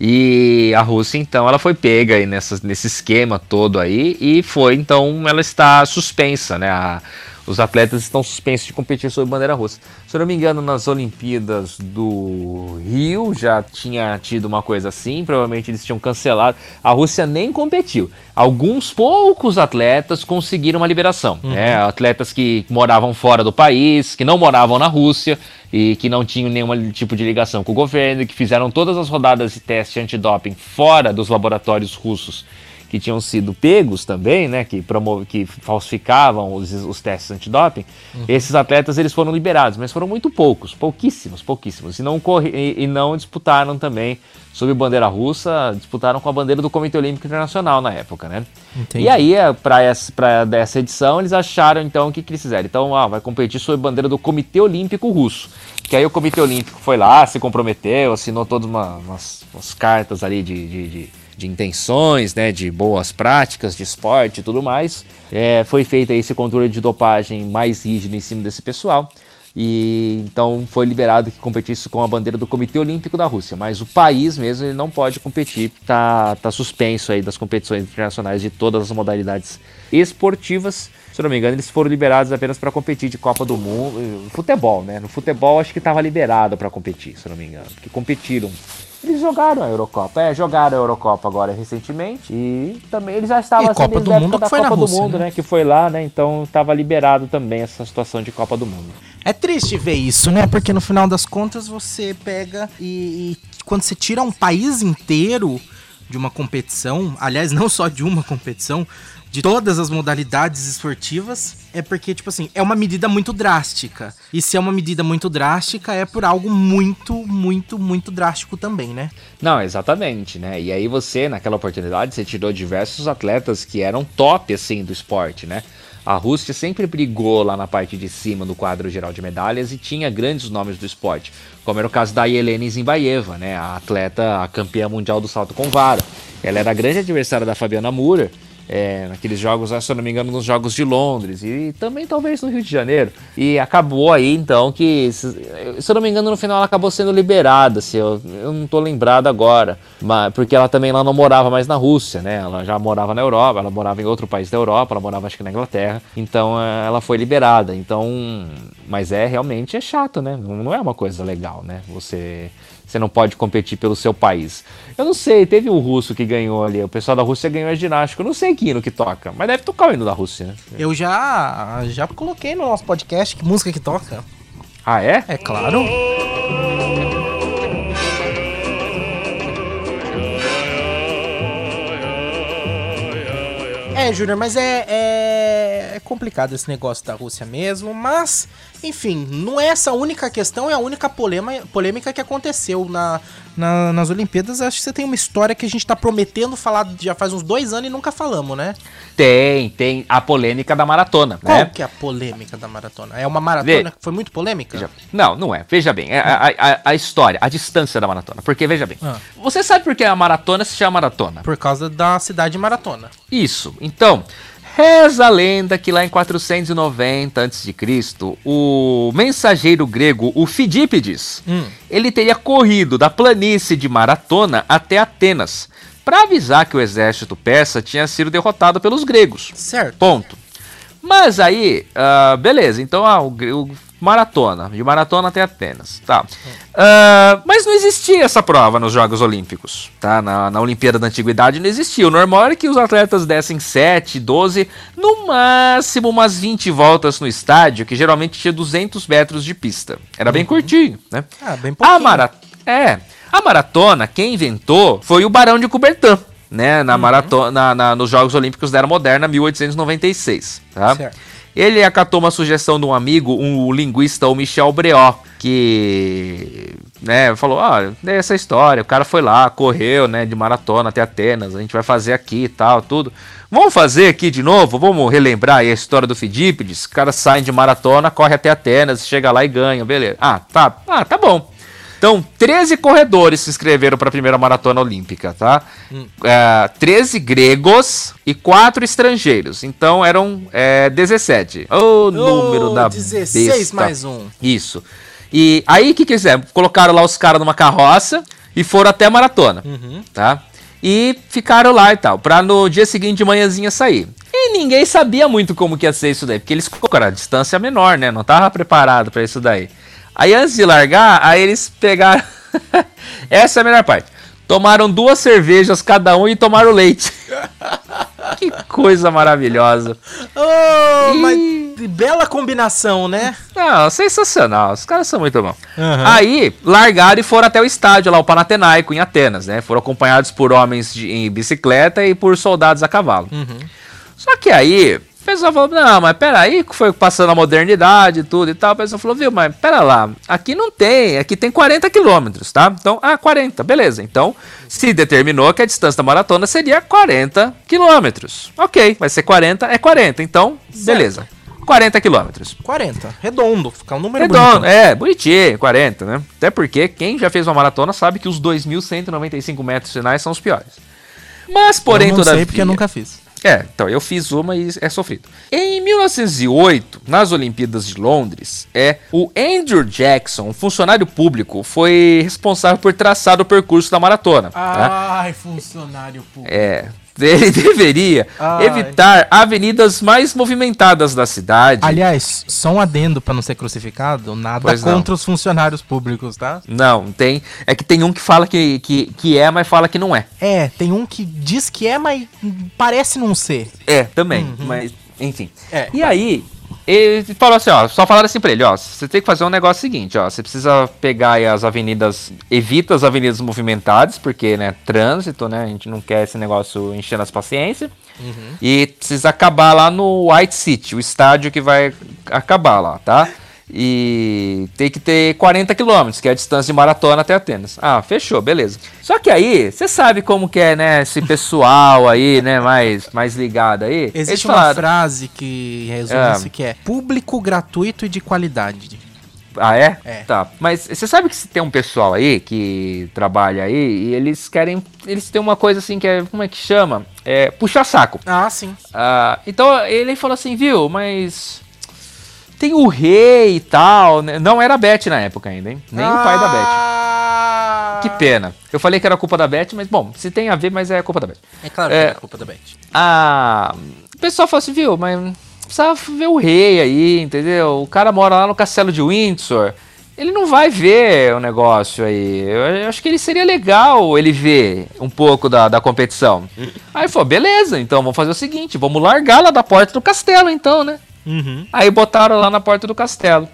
[SPEAKER 2] E a Rússia, então, ela foi pega aí nessa, nesse esquema todo aí e foi, então, ela está suspensa, né? A- os atletas estão suspensos de competir sob bandeira russa. Se eu não me engano, nas Olimpíadas do Rio já tinha tido uma coisa assim, provavelmente eles tinham cancelado. A Rússia nem competiu. Alguns poucos atletas conseguiram uma liberação, né? Atletas que moravam fora do país, que não moravam na Rússia e que não tinham nenhum tipo de ligação com o governo, que fizeram todas as rodadas de teste antidoping fora dos laboratórios russos que tinham sido pegos também, né, que, promo- que falsificavam os, os testes antidoping, esses atletas eles foram liberados, mas foram muito poucos, pouquíssimos, pouquíssimos, e não, corre- e, e não disputaram também sob bandeira russa, disputaram com a bandeira do Comitê Olímpico Internacional na época, né?
[SPEAKER 1] Entendi.
[SPEAKER 2] E aí, para essa, pra dessa edição, eles acharam então o que, que eles fizeram. Então, ah, vai competir sob bandeira do Comitê Olímpico Russo. Que aí o Comitê Olímpico foi lá, se comprometeu, assinou todas uma- umas, umas cartas ali de, de, de- de intenções, né? De boas práticas, de esporte e tudo mais. É, foi feito aí esse controle de dopagem mais rígido em cima desse pessoal. E então foi liberado que competisse com a bandeira do Comitê Olímpico da Rússia, mas o país mesmo ele não pode competir, tá, tá suspenso aí das competições internacionais de todas as modalidades esportivas. Se eu não me engano, eles foram liberados apenas para competir de Copa do Mundo, eh, futebol, né? No futebol acho que estava liberado para competir, se eu não me engano, porque competiram Eles jogaram a Eurocopa. É, jogaram a Eurocopa agora recentemente. E também eles já estavam
[SPEAKER 1] E Copa
[SPEAKER 2] desde
[SPEAKER 1] do
[SPEAKER 2] a
[SPEAKER 1] Mundo
[SPEAKER 2] época
[SPEAKER 1] que foi na Rússia,
[SPEAKER 2] do Mundo,
[SPEAKER 1] né?
[SPEAKER 2] né? Que foi lá, né? Então tava liberado também essa situação de Copa do Mundo.
[SPEAKER 1] É triste ver isso, né? Porque no final das contas você pega e, e quando você tira um país inteiro de uma competição, aliás, não só de uma competição, de todas as modalidades esportivas, é porque, tipo assim, é uma medida muito drástica. E se é uma medida muito drástica, é por algo muito, muito, muito drástico também, né?
[SPEAKER 2] Não, exatamente, né? E aí você, naquela oportunidade, você tirou diversos atletas que eram top, assim, do esporte, né? A Rússia sempre brigou lá na parte de cima do quadro geral de medalhas e tinha grandes nomes do esporte, como era o caso da Yelena Zimbaeva, né? A atleta, a campeã mundial do salto com vara. Ela era a grande adversária da Fabiana Moura, é, naqueles jogos, se eu não me engano, nos Jogos de Londres e também talvez no Rio de Janeiro. E acabou aí então que, se se eu não me engano, no final ela acabou sendo liberada, se eu, eu não tô lembrado agora, mas, porque ela também lá não morava mais na Rússia, né? Ela já morava na Europa, ela morava em outro país da Europa, ela morava acho que na Inglaterra, então é, ela foi liberada. Então, mas é realmente é chato, né? Não não é uma coisa legal, né? Você você não pode competir pelo seu país. Eu não sei, teve um russo que ganhou ali. O pessoal da Rússia ganhou a ginástica. Eu não sei que hino que toca, mas deve tocar o hino da Rússia, né?
[SPEAKER 1] Eu já, já coloquei no nosso podcast que música que toca.
[SPEAKER 2] Ah, é?
[SPEAKER 1] É claro. É, Júnior, mas é, é, é complicado esse negócio da Rússia mesmo. Mas, enfim, não é essa a única questão, é a única polema, polêmica que aconteceu na, na- nas Olimpíadas. Acho que você tem uma história que a gente tá prometendo falar já faz uns dois anos e nunca falamos, né?
[SPEAKER 2] Tem, tem a polêmica da maratona,
[SPEAKER 1] Qual
[SPEAKER 2] né?
[SPEAKER 1] que é a polêmica da maratona? É uma maratona
[SPEAKER 2] Vê.
[SPEAKER 1] que foi muito polêmica?
[SPEAKER 2] Veja- Não, não é. Veja bem, é a, a- a história, a distância da maratona. Porque, veja bem,
[SPEAKER 1] Ah.
[SPEAKER 2] você sabe por que a maratona se chama maratona?
[SPEAKER 1] Por causa da cidade maratona.
[SPEAKER 2] Isso. Então, reza a lenda que lá em 490 a.C., o mensageiro grego, o Fidípides,
[SPEAKER 1] Hum.
[SPEAKER 2] ele teria corrido da planície de Maratona até Atenas, para avisar que o exército persa tinha sido derrotado pelos gregos.
[SPEAKER 1] Certo.
[SPEAKER 2] Ponto. Mas aí, ah, beleza, então ah, o, gre- o maratona, de maratona até Atenas, tá. Ah, mas não existia essa prova nos Jogos Olímpicos, tá? Na, na Olimpíada da Antiguidade não existia. O normal era que os atletas dessem 7, 12, no máximo umas 20 voltas no estádio, que geralmente tinha 200 metros de pista. Era bem curtinho, né?
[SPEAKER 1] Uhum. Ah, bem pouquinho.
[SPEAKER 2] A mara... É. A maratona, quem inventou foi o Barão de Coubertin, né? Na maratona, na- na- nos Jogos Olímpicos da Era Moderna, 1896. Tá?
[SPEAKER 1] Certo.
[SPEAKER 2] Ele acatou uma sugestão de um amigo, um linguista, o Michel Breó, que né, falou: ó, é essa história, o cara foi lá, correu, né, de maratona até Atenas, a gente vai fazer aqui e tal, tudo. Vamos fazer aqui de novo, vamos relembrar aí a história do Fidípides, os caras saem de maratona, corre até Atenas, chega lá e ganha, beleza. Ah, tá, ah, tá bom. Então, 13 corredores se inscreveram para a primeira maratona olímpica, tá?
[SPEAKER 1] Hum.
[SPEAKER 2] É, 13 gregos e 4 estrangeiros. Então, eram é, 17. O número da
[SPEAKER 1] 16
[SPEAKER 2] besta.
[SPEAKER 1] mais um.
[SPEAKER 2] Isso. E aí, o que quiser? Colocaram lá os caras numa carroça e foram até a maratona, tá? E ficaram lá e tal, pra no dia seguinte de manhãzinha sair. E ninguém sabia muito como que ia ser isso daí, porque eles colocaram a distância menor, né? Não tava preparado pra isso daí. Aí antes de largar, aí eles pegaram. Essa é a melhor parte. Tomaram duas cervejas cada um e tomaram leite. que coisa maravilhosa.
[SPEAKER 1] Oh, mas que bela combinação, né?
[SPEAKER 2] Não, sensacional. Os caras são muito bons.
[SPEAKER 1] Aham.
[SPEAKER 2] Aí, largaram e foram até o estádio lá, o Panatenaico, em Atenas, né? Foram acompanhados por homens de- em bicicleta e por soldados a cavalo. Só que aí, o pessoal falou, não, mas peraí, que foi passando a modernidade e tudo e tal. O pessoal falou, viu, mas pera lá, aqui não tem, aqui tem 40 quilômetros, tá? Então, ah, 40, beleza. Então, se determinou que a distância da maratona seria 40 quilômetros. Ok, vai ser 40, é 40, então, beleza. 40 quilômetros.
[SPEAKER 1] 40. Redondo. Fica um número
[SPEAKER 2] Redondo,
[SPEAKER 1] bonito.
[SPEAKER 2] é, bonitinho, 40, né? Até porque quem já fez uma maratona sabe que os 2.195 metros finais são os piores. Mas, porém,
[SPEAKER 1] eu não
[SPEAKER 2] todavia...
[SPEAKER 1] sei porque eu nunca fiz.
[SPEAKER 2] É, então, eu fiz uma e é sofrido. Em 1908, nas Olimpíadas de Londres, é o Andrew Jackson, um funcionário público,
[SPEAKER 1] Ah.
[SPEAKER 2] foi responsável por traçar o percurso da maratona. né?
[SPEAKER 1] Ai, funcionário público.
[SPEAKER 2] É. Ele deveria
[SPEAKER 1] Ai.
[SPEAKER 2] evitar avenidas mais movimentadas da cidade.
[SPEAKER 1] Aliás, só um adendo pra não ser crucificado, nada
[SPEAKER 2] Pois não.
[SPEAKER 1] contra os funcionários públicos, tá?
[SPEAKER 2] Não, tem. É que tem um que fala que, que, que é, mas fala que não é.
[SPEAKER 1] É, tem um que diz que é, mas parece não ser.
[SPEAKER 2] É, também. Mas, enfim.
[SPEAKER 1] É.
[SPEAKER 2] E aí, ele falou assim, ó, só falaram assim pra ele, ó, você tem que fazer um negócio seguinte, ó, você precisa pegar aí as avenidas, evita as avenidas movimentadas, porque, né, trânsito, né, a gente não quer esse negócio enchendo as paciências. E precisa acabar lá no White City, o estádio que vai acabar lá, tá? E tem que ter 40 quilômetros, que é a distância de maratona até Atenas. Ah, fechou, beleza. Só que aí, você sabe como que é, né, esse pessoal aí, né, mais, mais ligado aí. Eles
[SPEAKER 1] Existe uma
[SPEAKER 2] falaram-
[SPEAKER 1] frase que resume
[SPEAKER 2] É.
[SPEAKER 1] isso que é público gratuito e de qualidade.
[SPEAKER 2] Ah, é?
[SPEAKER 1] É.
[SPEAKER 2] Tá. Mas você sabe que se tem um pessoal aí que trabalha aí e eles querem. Eles têm uma coisa assim que é. Como é que chama? É. Puxar saco.
[SPEAKER 1] Ah, sim.
[SPEAKER 2] Ah, então ele falou assim, viu, mas. Tem o rei e tal. né? Não era a Beth na época ainda, hein? Nem o pai da Beth.
[SPEAKER 1] da
[SPEAKER 2] Que pena. Eu falei que era culpa da Beth, mas bom, se tem a ver, mas é culpa da Beth.
[SPEAKER 1] É claro
[SPEAKER 2] É.
[SPEAKER 1] a culpa da Beth.
[SPEAKER 2] Ah, o pessoal falou assim, viu, mas precisava ver o rei aí, entendeu? O cara mora lá no castelo de Windsor. Ele não vai ver o negócio aí. Eu eu acho que ele seria legal ele ver um pouco da, da competição. Aí falou, beleza, então vamos fazer o seguinte, vamos largar lá da porta do castelo então, né?
[SPEAKER 1] Uhum.
[SPEAKER 2] Aí botaram lá na porta do castelo.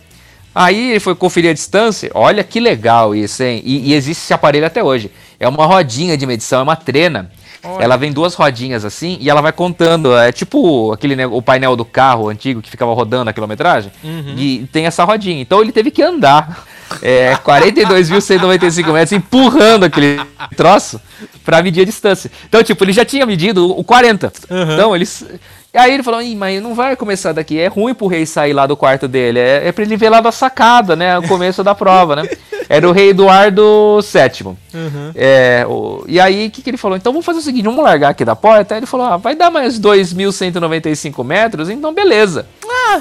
[SPEAKER 2] Aí ele foi conferir a distância. Olha que legal isso, hein? E, e existe esse aparelho até hoje. É uma rodinha de medição, é uma trena. Ela vem duas rodinhas assim e ela vai contando. É tipo aquele ne- o painel do carro antigo que ficava rodando a quilometragem. E tem essa rodinha. Então ele teve que andar é, 42.195 metros empurrando aquele troço pra medir a distância. Então, tipo, ele já tinha medido o 40. Então, eles. Aí ele falou, Ih, mas não vai começar daqui, é ruim pro rei sair lá do quarto dele, é, é pra ele ver lá da sacada, né, o começo da prova, né. Era o rei Eduardo VII. É, o- e aí, o que, que ele falou? Então vamos fazer o seguinte, vamos largar aqui da porta. Aí ele falou, ah, vai dar mais 2.195 metros, então beleza. Ah,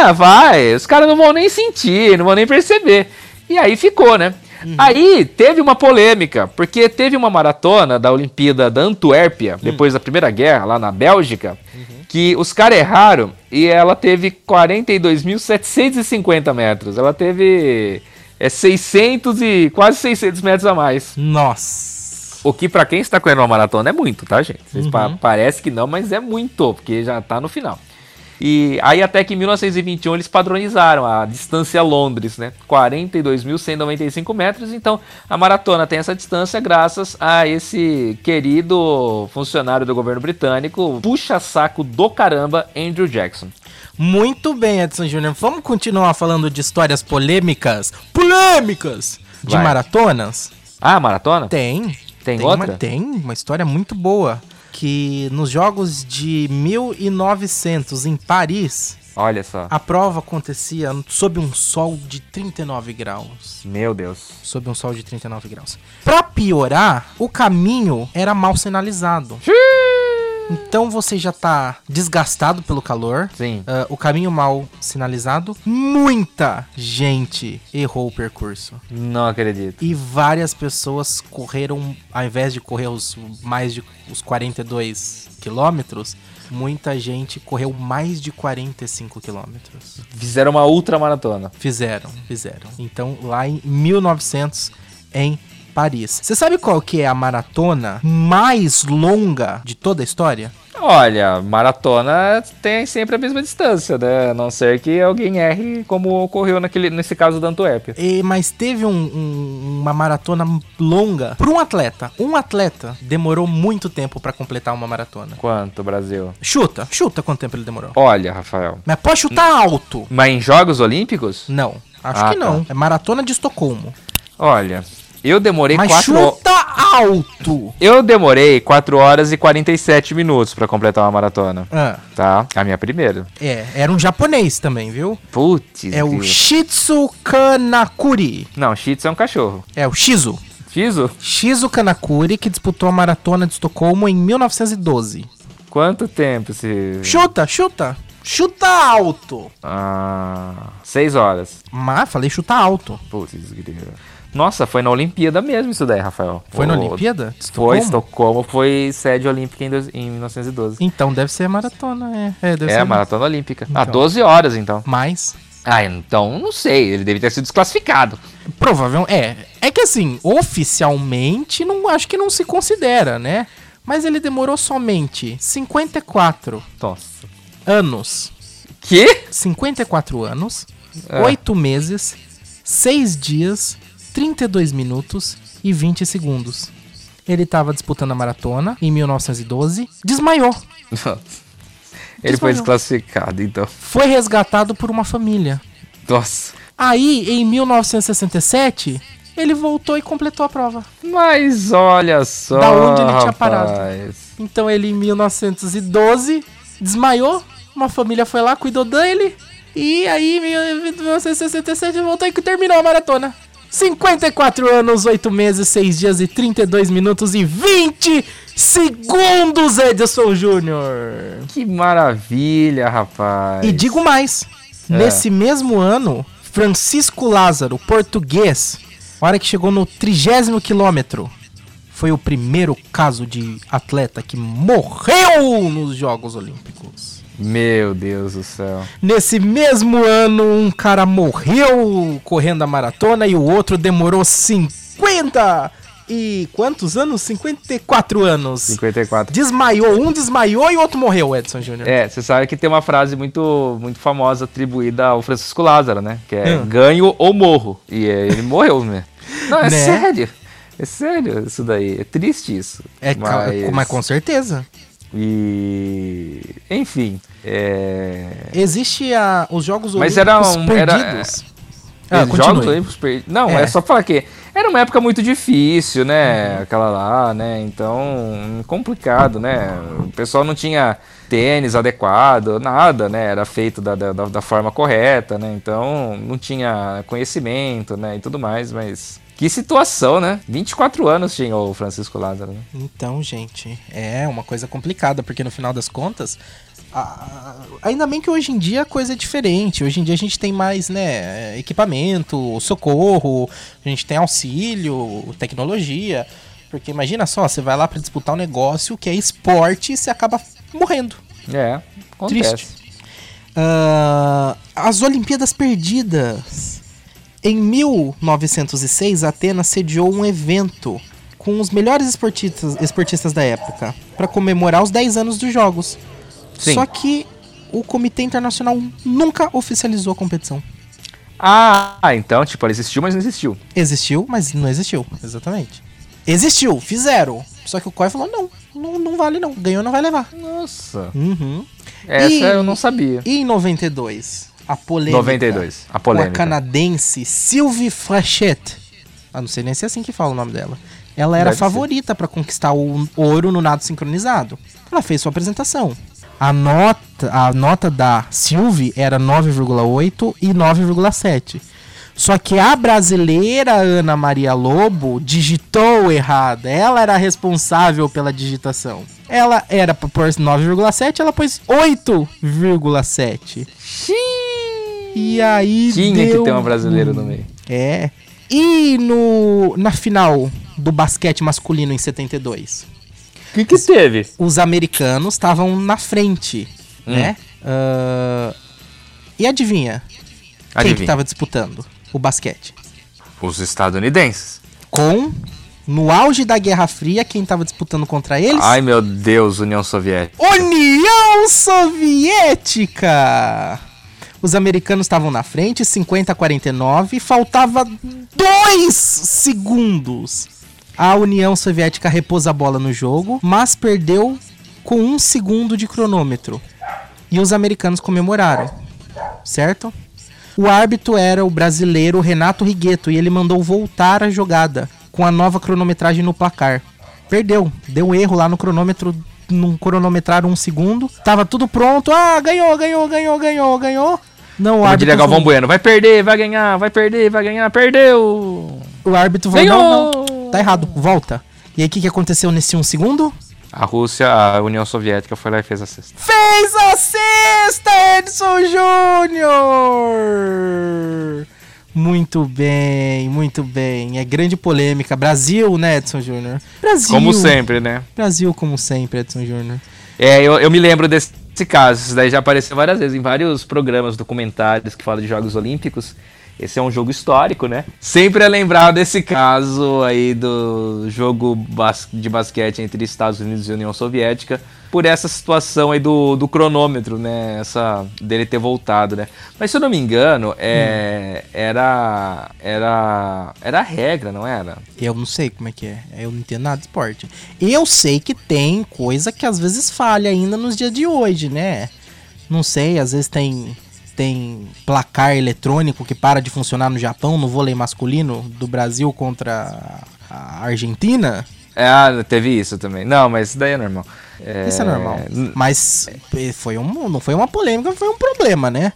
[SPEAKER 2] ah, vai, os caras não vão nem sentir, não vão nem perceber. E aí ficou, né. Aí teve uma polêmica, porque teve uma maratona da Olimpíada da Antuérpia, depois da Primeira Guerra, lá na Bélgica, que os caras erraram e ela teve 42.750 metros. Ela teve é, 600 e quase 600 metros a mais.
[SPEAKER 1] Nossa.
[SPEAKER 2] O que pra quem está correndo uma maratona é muito, tá, gente? Vocês pa- parece que não, mas é muito, porque já tá no final. E aí até que em 1921 eles padronizaram a distância a Londres, né? 42.195 metros, então a maratona tem essa distância graças a esse querido funcionário do governo britânico, puxa-saco do caramba, Andrew Jackson.
[SPEAKER 1] Muito bem, Edson Júnior. Vamos continuar falando de histórias polêmicas? Polêmicas! De
[SPEAKER 2] Vai.
[SPEAKER 1] maratonas?
[SPEAKER 2] Ah, maratona?
[SPEAKER 1] Tem.
[SPEAKER 2] Tem
[SPEAKER 1] Uma,
[SPEAKER 2] outra?
[SPEAKER 1] tem uma história muito boa. Que nos Jogos de 1900, em Paris,
[SPEAKER 2] Olha só.
[SPEAKER 1] a prova acontecia sob um sol de 39 graus.
[SPEAKER 2] Meu Deus.
[SPEAKER 1] Sob um sol de 39 graus. Pra piorar, o caminho era mal sinalizado. Então você já tá desgastado pelo calor.
[SPEAKER 2] Sim.
[SPEAKER 1] ah, o caminho mal sinalizado. Muita gente errou o percurso.
[SPEAKER 2] Não acredito.
[SPEAKER 1] E várias pessoas correram, ao invés de correr os mais de os 42 quilômetros, muita gente correu mais de 45 quilômetros.
[SPEAKER 2] Fizeram uma ultra maratona.
[SPEAKER 1] Fizeram, fizeram. Então, lá em 1900, em Paris. Você sabe qual que é a maratona mais longa de toda a história?
[SPEAKER 2] Olha, maratona tem sempre a mesma distância, né? A não ser que alguém erre, como ocorreu naquele, nesse caso da Antuérpia.
[SPEAKER 1] E- mas teve um- um- uma maratona longa para um atleta. Um atleta demorou muito tempo para completar uma maratona.
[SPEAKER 2] Quanto, Brasil?
[SPEAKER 1] Chuta, chuta quanto tempo ele demorou.
[SPEAKER 2] Olha, Rafael.
[SPEAKER 1] Mas pode chutar alto.
[SPEAKER 2] Mas em Jogos Olímpicos?
[SPEAKER 1] Não, acho
[SPEAKER 2] Ah,
[SPEAKER 1] que não. É maratona de Estocolmo.
[SPEAKER 2] Olha, eu demorei
[SPEAKER 1] Mas
[SPEAKER 2] 4 horas.
[SPEAKER 1] chuta alto.
[SPEAKER 2] Eu demorei 4 horas e 47 minutos pra completar uma maratona.
[SPEAKER 1] Ah,
[SPEAKER 2] Tá? A minha primeira.
[SPEAKER 1] é, era um japonês também, viu?
[SPEAKER 2] Putz.
[SPEAKER 1] É o
[SPEAKER 2] grilo.
[SPEAKER 1] Shitsu Kanakuri.
[SPEAKER 2] Não, Shih Tzu é um cachorro.
[SPEAKER 1] É o Shizu.
[SPEAKER 2] Shizu?
[SPEAKER 1] Shizu Kanakuri, que disputou a maratona de Estocolmo em 1912.
[SPEAKER 2] Quanto tempo esse.
[SPEAKER 1] Chuta, chuta. Chuta alto.
[SPEAKER 2] Ah, seis horas.
[SPEAKER 1] Mas falei chuta alto.
[SPEAKER 2] Putz, grilo. Nossa, foi na Olimpíada mesmo isso daí, Rafael.
[SPEAKER 1] Foi na
[SPEAKER 2] O-
[SPEAKER 1] Olimpíada?
[SPEAKER 2] Foi,
[SPEAKER 1] Estocolmo?
[SPEAKER 2] Estocolmo foi sede olímpica em, dois- em 1912.
[SPEAKER 1] Então deve ser maratona, é. É, deve
[SPEAKER 2] é,
[SPEAKER 1] ser
[SPEAKER 2] a maratona olímpica. Ah,
[SPEAKER 1] Então.
[SPEAKER 2] 12 horas então.
[SPEAKER 1] mais.
[SPEAKER 2] Ah, então não sei, ele deve ter sido desclassificado.
[SPEAKER 1] Provavelmente. É. É que assim, oficialmente, não, acho que não se considera, né? Mas ele demorou somente 54
[SPEAKER 2] Nossa.
[SPEAKER 1] anos.
[SPEAKER 2] Que?
[SPEAKER 1] 54 anos,
[SPEAKER 2] É.
[SPEAKER 1] 8 meses, 6 dias, 32 minutos e 20 segundos. Ele tava disputando a maratona em 1912, desmaiou.
[SPEAKER 2] Ele
[SPEAKER 1] Desmaiou.
[SPEAKER 2] foi desclassificado, então.
[SPEAKER 1] Foi resgatado por uma família.
[SPEAKER 2] Nossa.
[SPEAKER 1] Aí, em 1967, ele voltou e completou a prova.
[SPEAKER 2] Mas olha só.
[SPEAKER 1] Da onde ele tinha
[SPEAKER 2] rapaz.
[SPEAKER 1] parado. Então ele em 1912 desmaiou, uma família foi lá, cuidou dele, e aí em 1967 voltou e terminou a maratona. 54 anos, 8 meses, 6 dias e 32 minutos e 20 segundos, Edson Júnior.
[SPEAKER 2] Que maravilha, rapaz.
[SPEAKER 1] E digo mais, nesse mesmo ano, Francisco Lázaro, português, na hora que chegou no trigésimo quilômetro, foi o primeiro caso de atleta que morreu nos Jogos Olímpicos.
[SPEAKER 2] Meu Deus do céu.
[SPEAKER 1] Nesse mesmo ano, um cara morreu correndo a maratona e o outro demorou 50 e quantos anos? 54 anos.
[SPEAKER 2] 54.
[SPEAKER 1] Desmaiou, um desmaiou e o outro morreu, Edson Júnior.
[SPEAKER 2] É, você sabe que tem uma frase muito, muito famosa atribuída ao Francisco Lázaro, né? Que é
[SPEAKER 1] Hum.
[SPEAKER 2] ganho ou morro. E é, ele morreu, né? Não,
[SPEAKER 1] Né?
[SPEAKER 2] é sério. É sério isso daí. É triste isso.
[SPEAKER 1] É, ca- mas com certeza.
[SPEAKER 2] E. Enfim. É.
[SPEAKER 1] Existe a, os Jogos
[SPEAKER 2] Mas
[SPEAKER 1] Olímpicos
[SPEAKER 2] era um- era- É,
[SPEAKER 1] perdidos. Ah,
[SPEAKER 2] Os
[SPEAKER 1] continue.
[SPEAKER 2] Jogos Olímpicos perdidos. Não, é.
[SPEAKER 1] É.
[SPEAKER 2] só falar que era uma época muito difícil, né? Aquela lá, né? Então, complicado, né? O pessoal não tinha tênis adequado, nada, né? Era feito da, da, da- da forma correta, né? Então, não tinha conhecimento, né? E tudo mais, mas. Que situação, né? 24 anos tinha o Francisco Lázaro, né?
[SPEAKER 1] Então, gente, é uma coisa complicada, porque no final das contas, a- a- ainda bem que hoje em dia a coisa é diferente. Hoje em dia a gente tem mais, né, equipamento, socorro, a gente tem auxílio, tecnologia. Porque imagina só, você vai lá pra disputar um negócio que é esporte e você acaba morrendo.
[SPEAKER 2] É, acontece.
[SPEAKER 1] Triste. Ah, as Olimpíadas Perdidas. Em 1906, Atenas sediou um evento com os melhores esportistas, esportistas da época para comemorar os 10 anos dos Jogos.
[SPEAKER 2] Sim.
[SPEAKER 1] Só que o Comitê Internacional nunca oficializou a competição.
[SPEAKER 2] Ah, então, tipo, ela existiu, mas não existiu.
[SPEAKER 1] Existiu, mas não existiu. Exatamente. Existiu, fizeram. Só que o COI falou: não, não, não vale não. Ganhou, não vai levar.
[SPEAKER 2] Nossa.
[SPEAKER 1] Uhum.
[SPEAKER 2] Essa
[SPEAKER 1] E-
[SPEAKER 2] eu não sabia.
[SPEAKER 1] E em 92, a polêmica.
[SPEAKER 2] 92, a
[SPEAKER 1] Com a
[SPEAKER 2] polêmica.
[SPEAKER 1] canadense Sylvie Frechette. Ah, não sei nem se é assim que fala o nome dela. Ela era
[SPEAKER 2] Deve
[SPEAKER 1] favorita pra conquistar o ouro no nado sincronizado. Ela fez sua apresentação. A nota, a nota da Sylvie era 9,8 e 9,7. Só que a brasileira Ana Maria Lobo digitou errado. Ela era a responsável pela digitação. Ela era pra pôr 9,7, ela pôs 8,7. E aí
[SPEAKER 2] Tinha
[SPEAKER 1] deu
[SPEAKER 2] que ter uma brasileira no meio.
[SPEAKER 1] é. E no, na final do basquete masculino em 72,
[SPEAKER 2] O que que teve?
[SPEAKER 1] os americanos estavam na frente,
[SPEAKER 2] Hum.
[SPEAKER 1] né? Ah, e adivinha, quem que
[SPEAKER 2] Adivinha.
[SPEAKER 1] tava disputando o basquete?
[SPEAKER 2] Os estadunidenses.
[SPEAKER 1] Com, no auge da Guerra Fria, quem tava disputando contra eles?
[SPEAKER 2] Ai meu Deus, União Soviética.
[SPEAKER 1] União Soviética! Os americanos estavam na frente, 50 a 49, faltava dois segundos. A União Soviética repôs a bola no jogo, mas perdeu com um segundo de cronômetro. E os americanos comemoraram, certo? O árbitro era o brasileiro Renato Rigueto e ele mandou voltar a jogada com a nova cronometragem no placar. Perdeu, deu um erro lá no cronômetro, não cronometraram um segundo. Tava tudo pronto, ah, ganhou, ganhou, ganhou, ganhou, ganhou. Não, o
[SPEAKER 2] Como
[SPEAKER 1] árbitro,
[SPEAKER 2] diria Galvão Bueno, vai perder, vai ganhar, vai perder, vai ganhar, perdeu.
[SPEAKER 1] o árbitro falou, não,
[SPEAKER 2] Ganhou!
[SPEAKER 1] não, tá errado, volta. E aí o que, que aconteceu nesse um segundo?
[SPEAKER 2] A Rússia, a União Soviética foi lá e fez a sexta.
[SPEAKER 1] Fez a sexta, Edson Júnior! Muito bem, muito bem. É grande polêmica. Brasil, né, Edson Júnior? Brasil.
[SPEAKER 2] Como sempre, né?
[SPEAKER 1] Brasil, como sempre, Edson Júnior.
[SPEAKER 2] É, eu, eu me lembro desse, desse caso. Isso daí já apareceu várias vezes em vários programas, documentários que falam de Jogos Olímpicos. Esse é um jogo histórico, né? Sempre é lembrado esse caso aí do jogo bas- de basquete entre Estados Unidos e União Soviética por essa situação aí do, do cronômetro, né? Essa dele ter voltado, né? Mas se eu não me engano, é, era era era a regra, não era?
[SPEAKER 1] Eu não sei como é que é. Eu não entendo nada de esporte. Eu sei que tem coisa que às vezes falha ainda nos dias de hoje, né? Não sei, às vezes tem tem placar eletrônico que para de funcionar no Japão, no vôlei masculino do Brasil contra a Argentina.
[SPEAKER 2] É, ah, teve isso também. Não, mas isso daí é normal.
[SPEAKER 1] Isso é normal. Mas eh, foi um, não foi uma polêmica, foi um problema, né?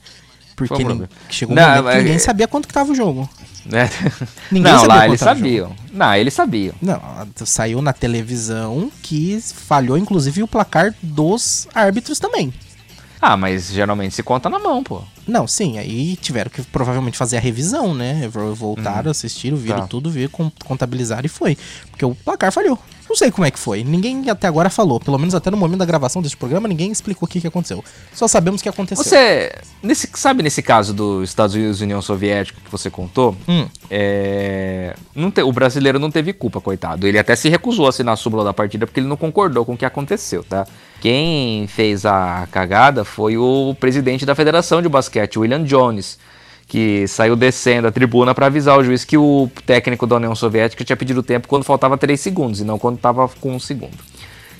[SPEAKER 1] Porque
[SPEAKER 2] Foi um
[SPEAKER 1] nin-
[SPEAKER 2] problema.
[SPEAKER 1] chegou um
[SPEAKER 2] Não,
[SPEAKER 1] momento que
[SPEAKER 2] mas- é
[SPEAKER 1] ninguém sabia quanto que tava o jogo.
[SPEAKER 2] Né?
[SPEAKER 1] Ninguém
[SPEAKER 2] não,
[SPEAKER 1] sabia
[SPEAKER 2] lá eles
[SPEAKER 1] contar o jogo.
[SPEAKER 2] sabiam. Não, eles sabiam.
[SPEAKER 1] Não, saiu na televisão que falhou, inclusive, o placar dos árbitros também.
[SPEAKER 2] Ah, mas geralmente se conta na mão, pô.
[SPEAKER 1] Não, sim, aí tiveram que provavelmente fazer a revisão, né? Vo- Voltaram, assistiram, viram
[SPEAKER 2] Tá.
[SPEAKER 1] tudo, viram, con- contabilizaram e foi. Porque o placar falhou. Não sei como é que foi. Ninguém até agora falou. Pelo menos até no momento da gravação deste programa, ninguém explicou o que, que aconteceu. Só sabemos o que aconteceu.
[SPEAKER 2] Você. é Nesse, sabe nesse caso dos Estados Unidos e União Soviética que você contou?
[SPEAKER 1] Hum.
[SPEAKER 2] É, não te- o brasileiro não teve culpa, coitado. Ele até se recusou a assinar a súmula da partida porque ele não concordou com o que aconteceu, tá? Quem fez a cagada foi o presidente da Federação de Basquete, William Jones, que saiu descendo a tribuna para avisar o juiz que o técnico da União Soviética tinha pedido tempo quando faltava 3 segundos e não quando estava com 1 segundo.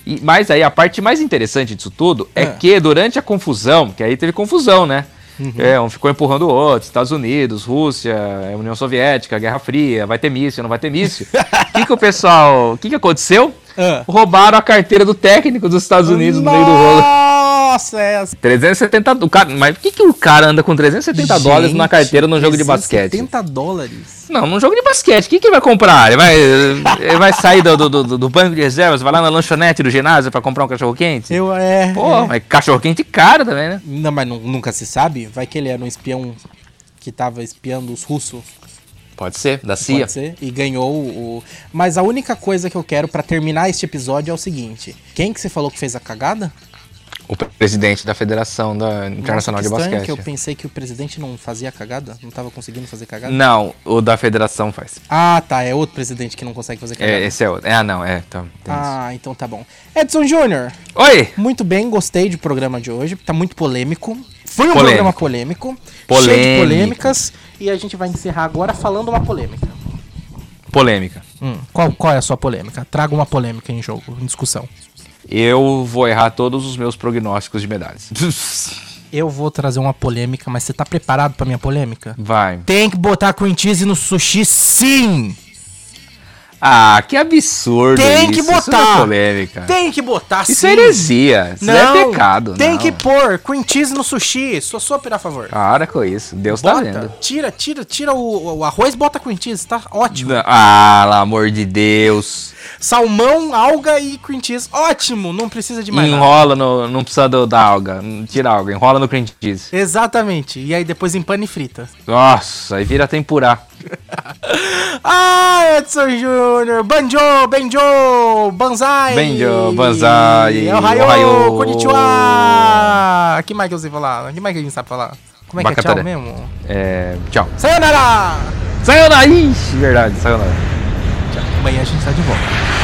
[SPEAKER 2] E, mas aí a parte mais interessante disso tudo é,
[SPEAKER 1] É.
[SPEAKER 2] que durante a confusão, que aí teve confusão, né?
[SPEAKER 1] Uhum.
[SPEAKER 2] É, um ficou empurrando o outro, Estados Unidos, Rússia, é, União Soviética, Guerra Fria, vai ter míssil, não vai ter míssil. O que, que o pessoal. O que, que aconteceu?
[SPEAKER 1] Ah.
[SPEAKER 2] Roubaram a carteira do técnico dos Estados Unidos no meio do rolo.
[SPEAKER 1] Nossa, é assim.
[SPEAKER 2] 370 do cara, mas por que, que o cara anda com 370 dólares na carteira num jogo de basquete?
[SPEAKER 1] 70 dólares.
[SPEAKER 2] Não, num jogo de basquete, o que, que ele vai comprar? Ele vai, ele vai sair do, do- do- do banco de reservas, vai lá na lanchonete do ginásio pra comprar um cachorro-quente?
[SPEAKER 1] Eu é.
[SPEAKER 2] Pô, mas cachorro-quente caro também, né?
[SPEAKER 1] Não, mas nu- nunca se sabe. Vai que ele era um espião que tava espiando os russos,
[SPEAKER 2] Pode ser, da CIA.
[SPEAKER 1] pode ser, e ganhou o. Mas a única coisa que eu quero pra terminar este episódio é o seguinte: quem que você falou que fez a cagada?
[SPEAKER 2] O presidente da Federação da Internacional
[SPEAKER 1] Nossa, que
[SPEAKER 2] de
[SPEAKER 1] estranho
[SPEAKER 2] Basquete.
[SPEAKER 1] que eu pensei que o presidente não fazia cagada, não tava conseguindo fazer cagada.
[SPEAKER 2] Não, o da Federação faz.
[SPEAKER 1] Ah, tá, é outro presidente que não consegue fazer cagada.
[SPEAKER 2] É, esse é outro. Ah, não, é. Tá, tem isso.
[SPEAKER 1] ah, então tá bom. Edson Júnior,
[SPEAKER 2] Oi!
[SPEAKER 1] Muito bem, gostei do programa de hoje. Tá muito polêmico. Foi um
[SPEAKER 2] Polêmico.
[SPEAKER 1] programa polêmico, cheio de
[SPEAKER 2] Polêmico.
[SPEAKER 1] polêmicas. E a gente vai encerrar agora falando uma polêmica.
[SPEAKER 2] Polêmica.
[SPEAKER 1] qual, qual é a sua polêmica? Traga uma polêmica em jogo, em discussão.
[SPEAKER 2] Eu vou errar todos os meus prognósticos de medalhas.
[SPEAKER 1] Eu vou trazer uma polêmica, mas você tá preparado pra minha polêmica?
[SPEAKER 2] Vai.
[SPEAKER 1] Tem que botar cream cheese no sushi, sim!
[SPEAKER 2] Ah, que absurdo
[SPEAKER 1] Tem que
[SPEAKER 2] isso. Isso não
[SPEAKER 1] botar.
[SPEAKER 2] é polêmica.
[SPEAKER 1] Tem que botar, sim!
[SPEAKER 2] Isso é heresia. Isso é pecado.
[SPEAKER 1] Tem
[SPEAKER 2] não.
[SPEAKER 1] que pôr cream cheese no sushi. Sou super a favor.
[SPEAKER 2] Para com isso. Deus tá
[SPEAKER 1] bota,
[SPEAKER 2] vendo.
[SPEAKER 1] tira, tira, tira o, o arroz, bota cream cheese, tá ótimo.
[SPEAKER 2] Ah, pelo amor de Deus.
[SPEAKER 1] Salmão, alga e cream cheese. Ótimo, não precisa de mais nada.
[SPEAKER 2] enrola no. Não precisa do- da alga. Tira a alga, enrola no cream cheese.
[SPEAKER 1] Exatamente. E aí depois empana e frita.
[SPEAKER 2] Nossa, aí vira tempurá.
[SPEAKER 1] Ah, Edson Júnior, Banjo, Benjo, Banzai. É
[SPEAKER 2] Banjo, banzai,
[SPEAKER 1] Ohio,
[SPEAKER 2] ohayou.
[SPEAKER 1] konnichiwa. Que mais que eu sei falar? Que mais que a gente sabe falar? Como é que é tchau
[SPEAKER 2] Bacatara.
[SPEAKER 1] mesmo?
[SPEAKER 2] É. Tchau.
[SPEAKER 1] Sayonara!
[SPEAKER 2] Saiu daí! Verdade, saiu daí.
[SPEAKER 1] Amanhã a gente tá de volta.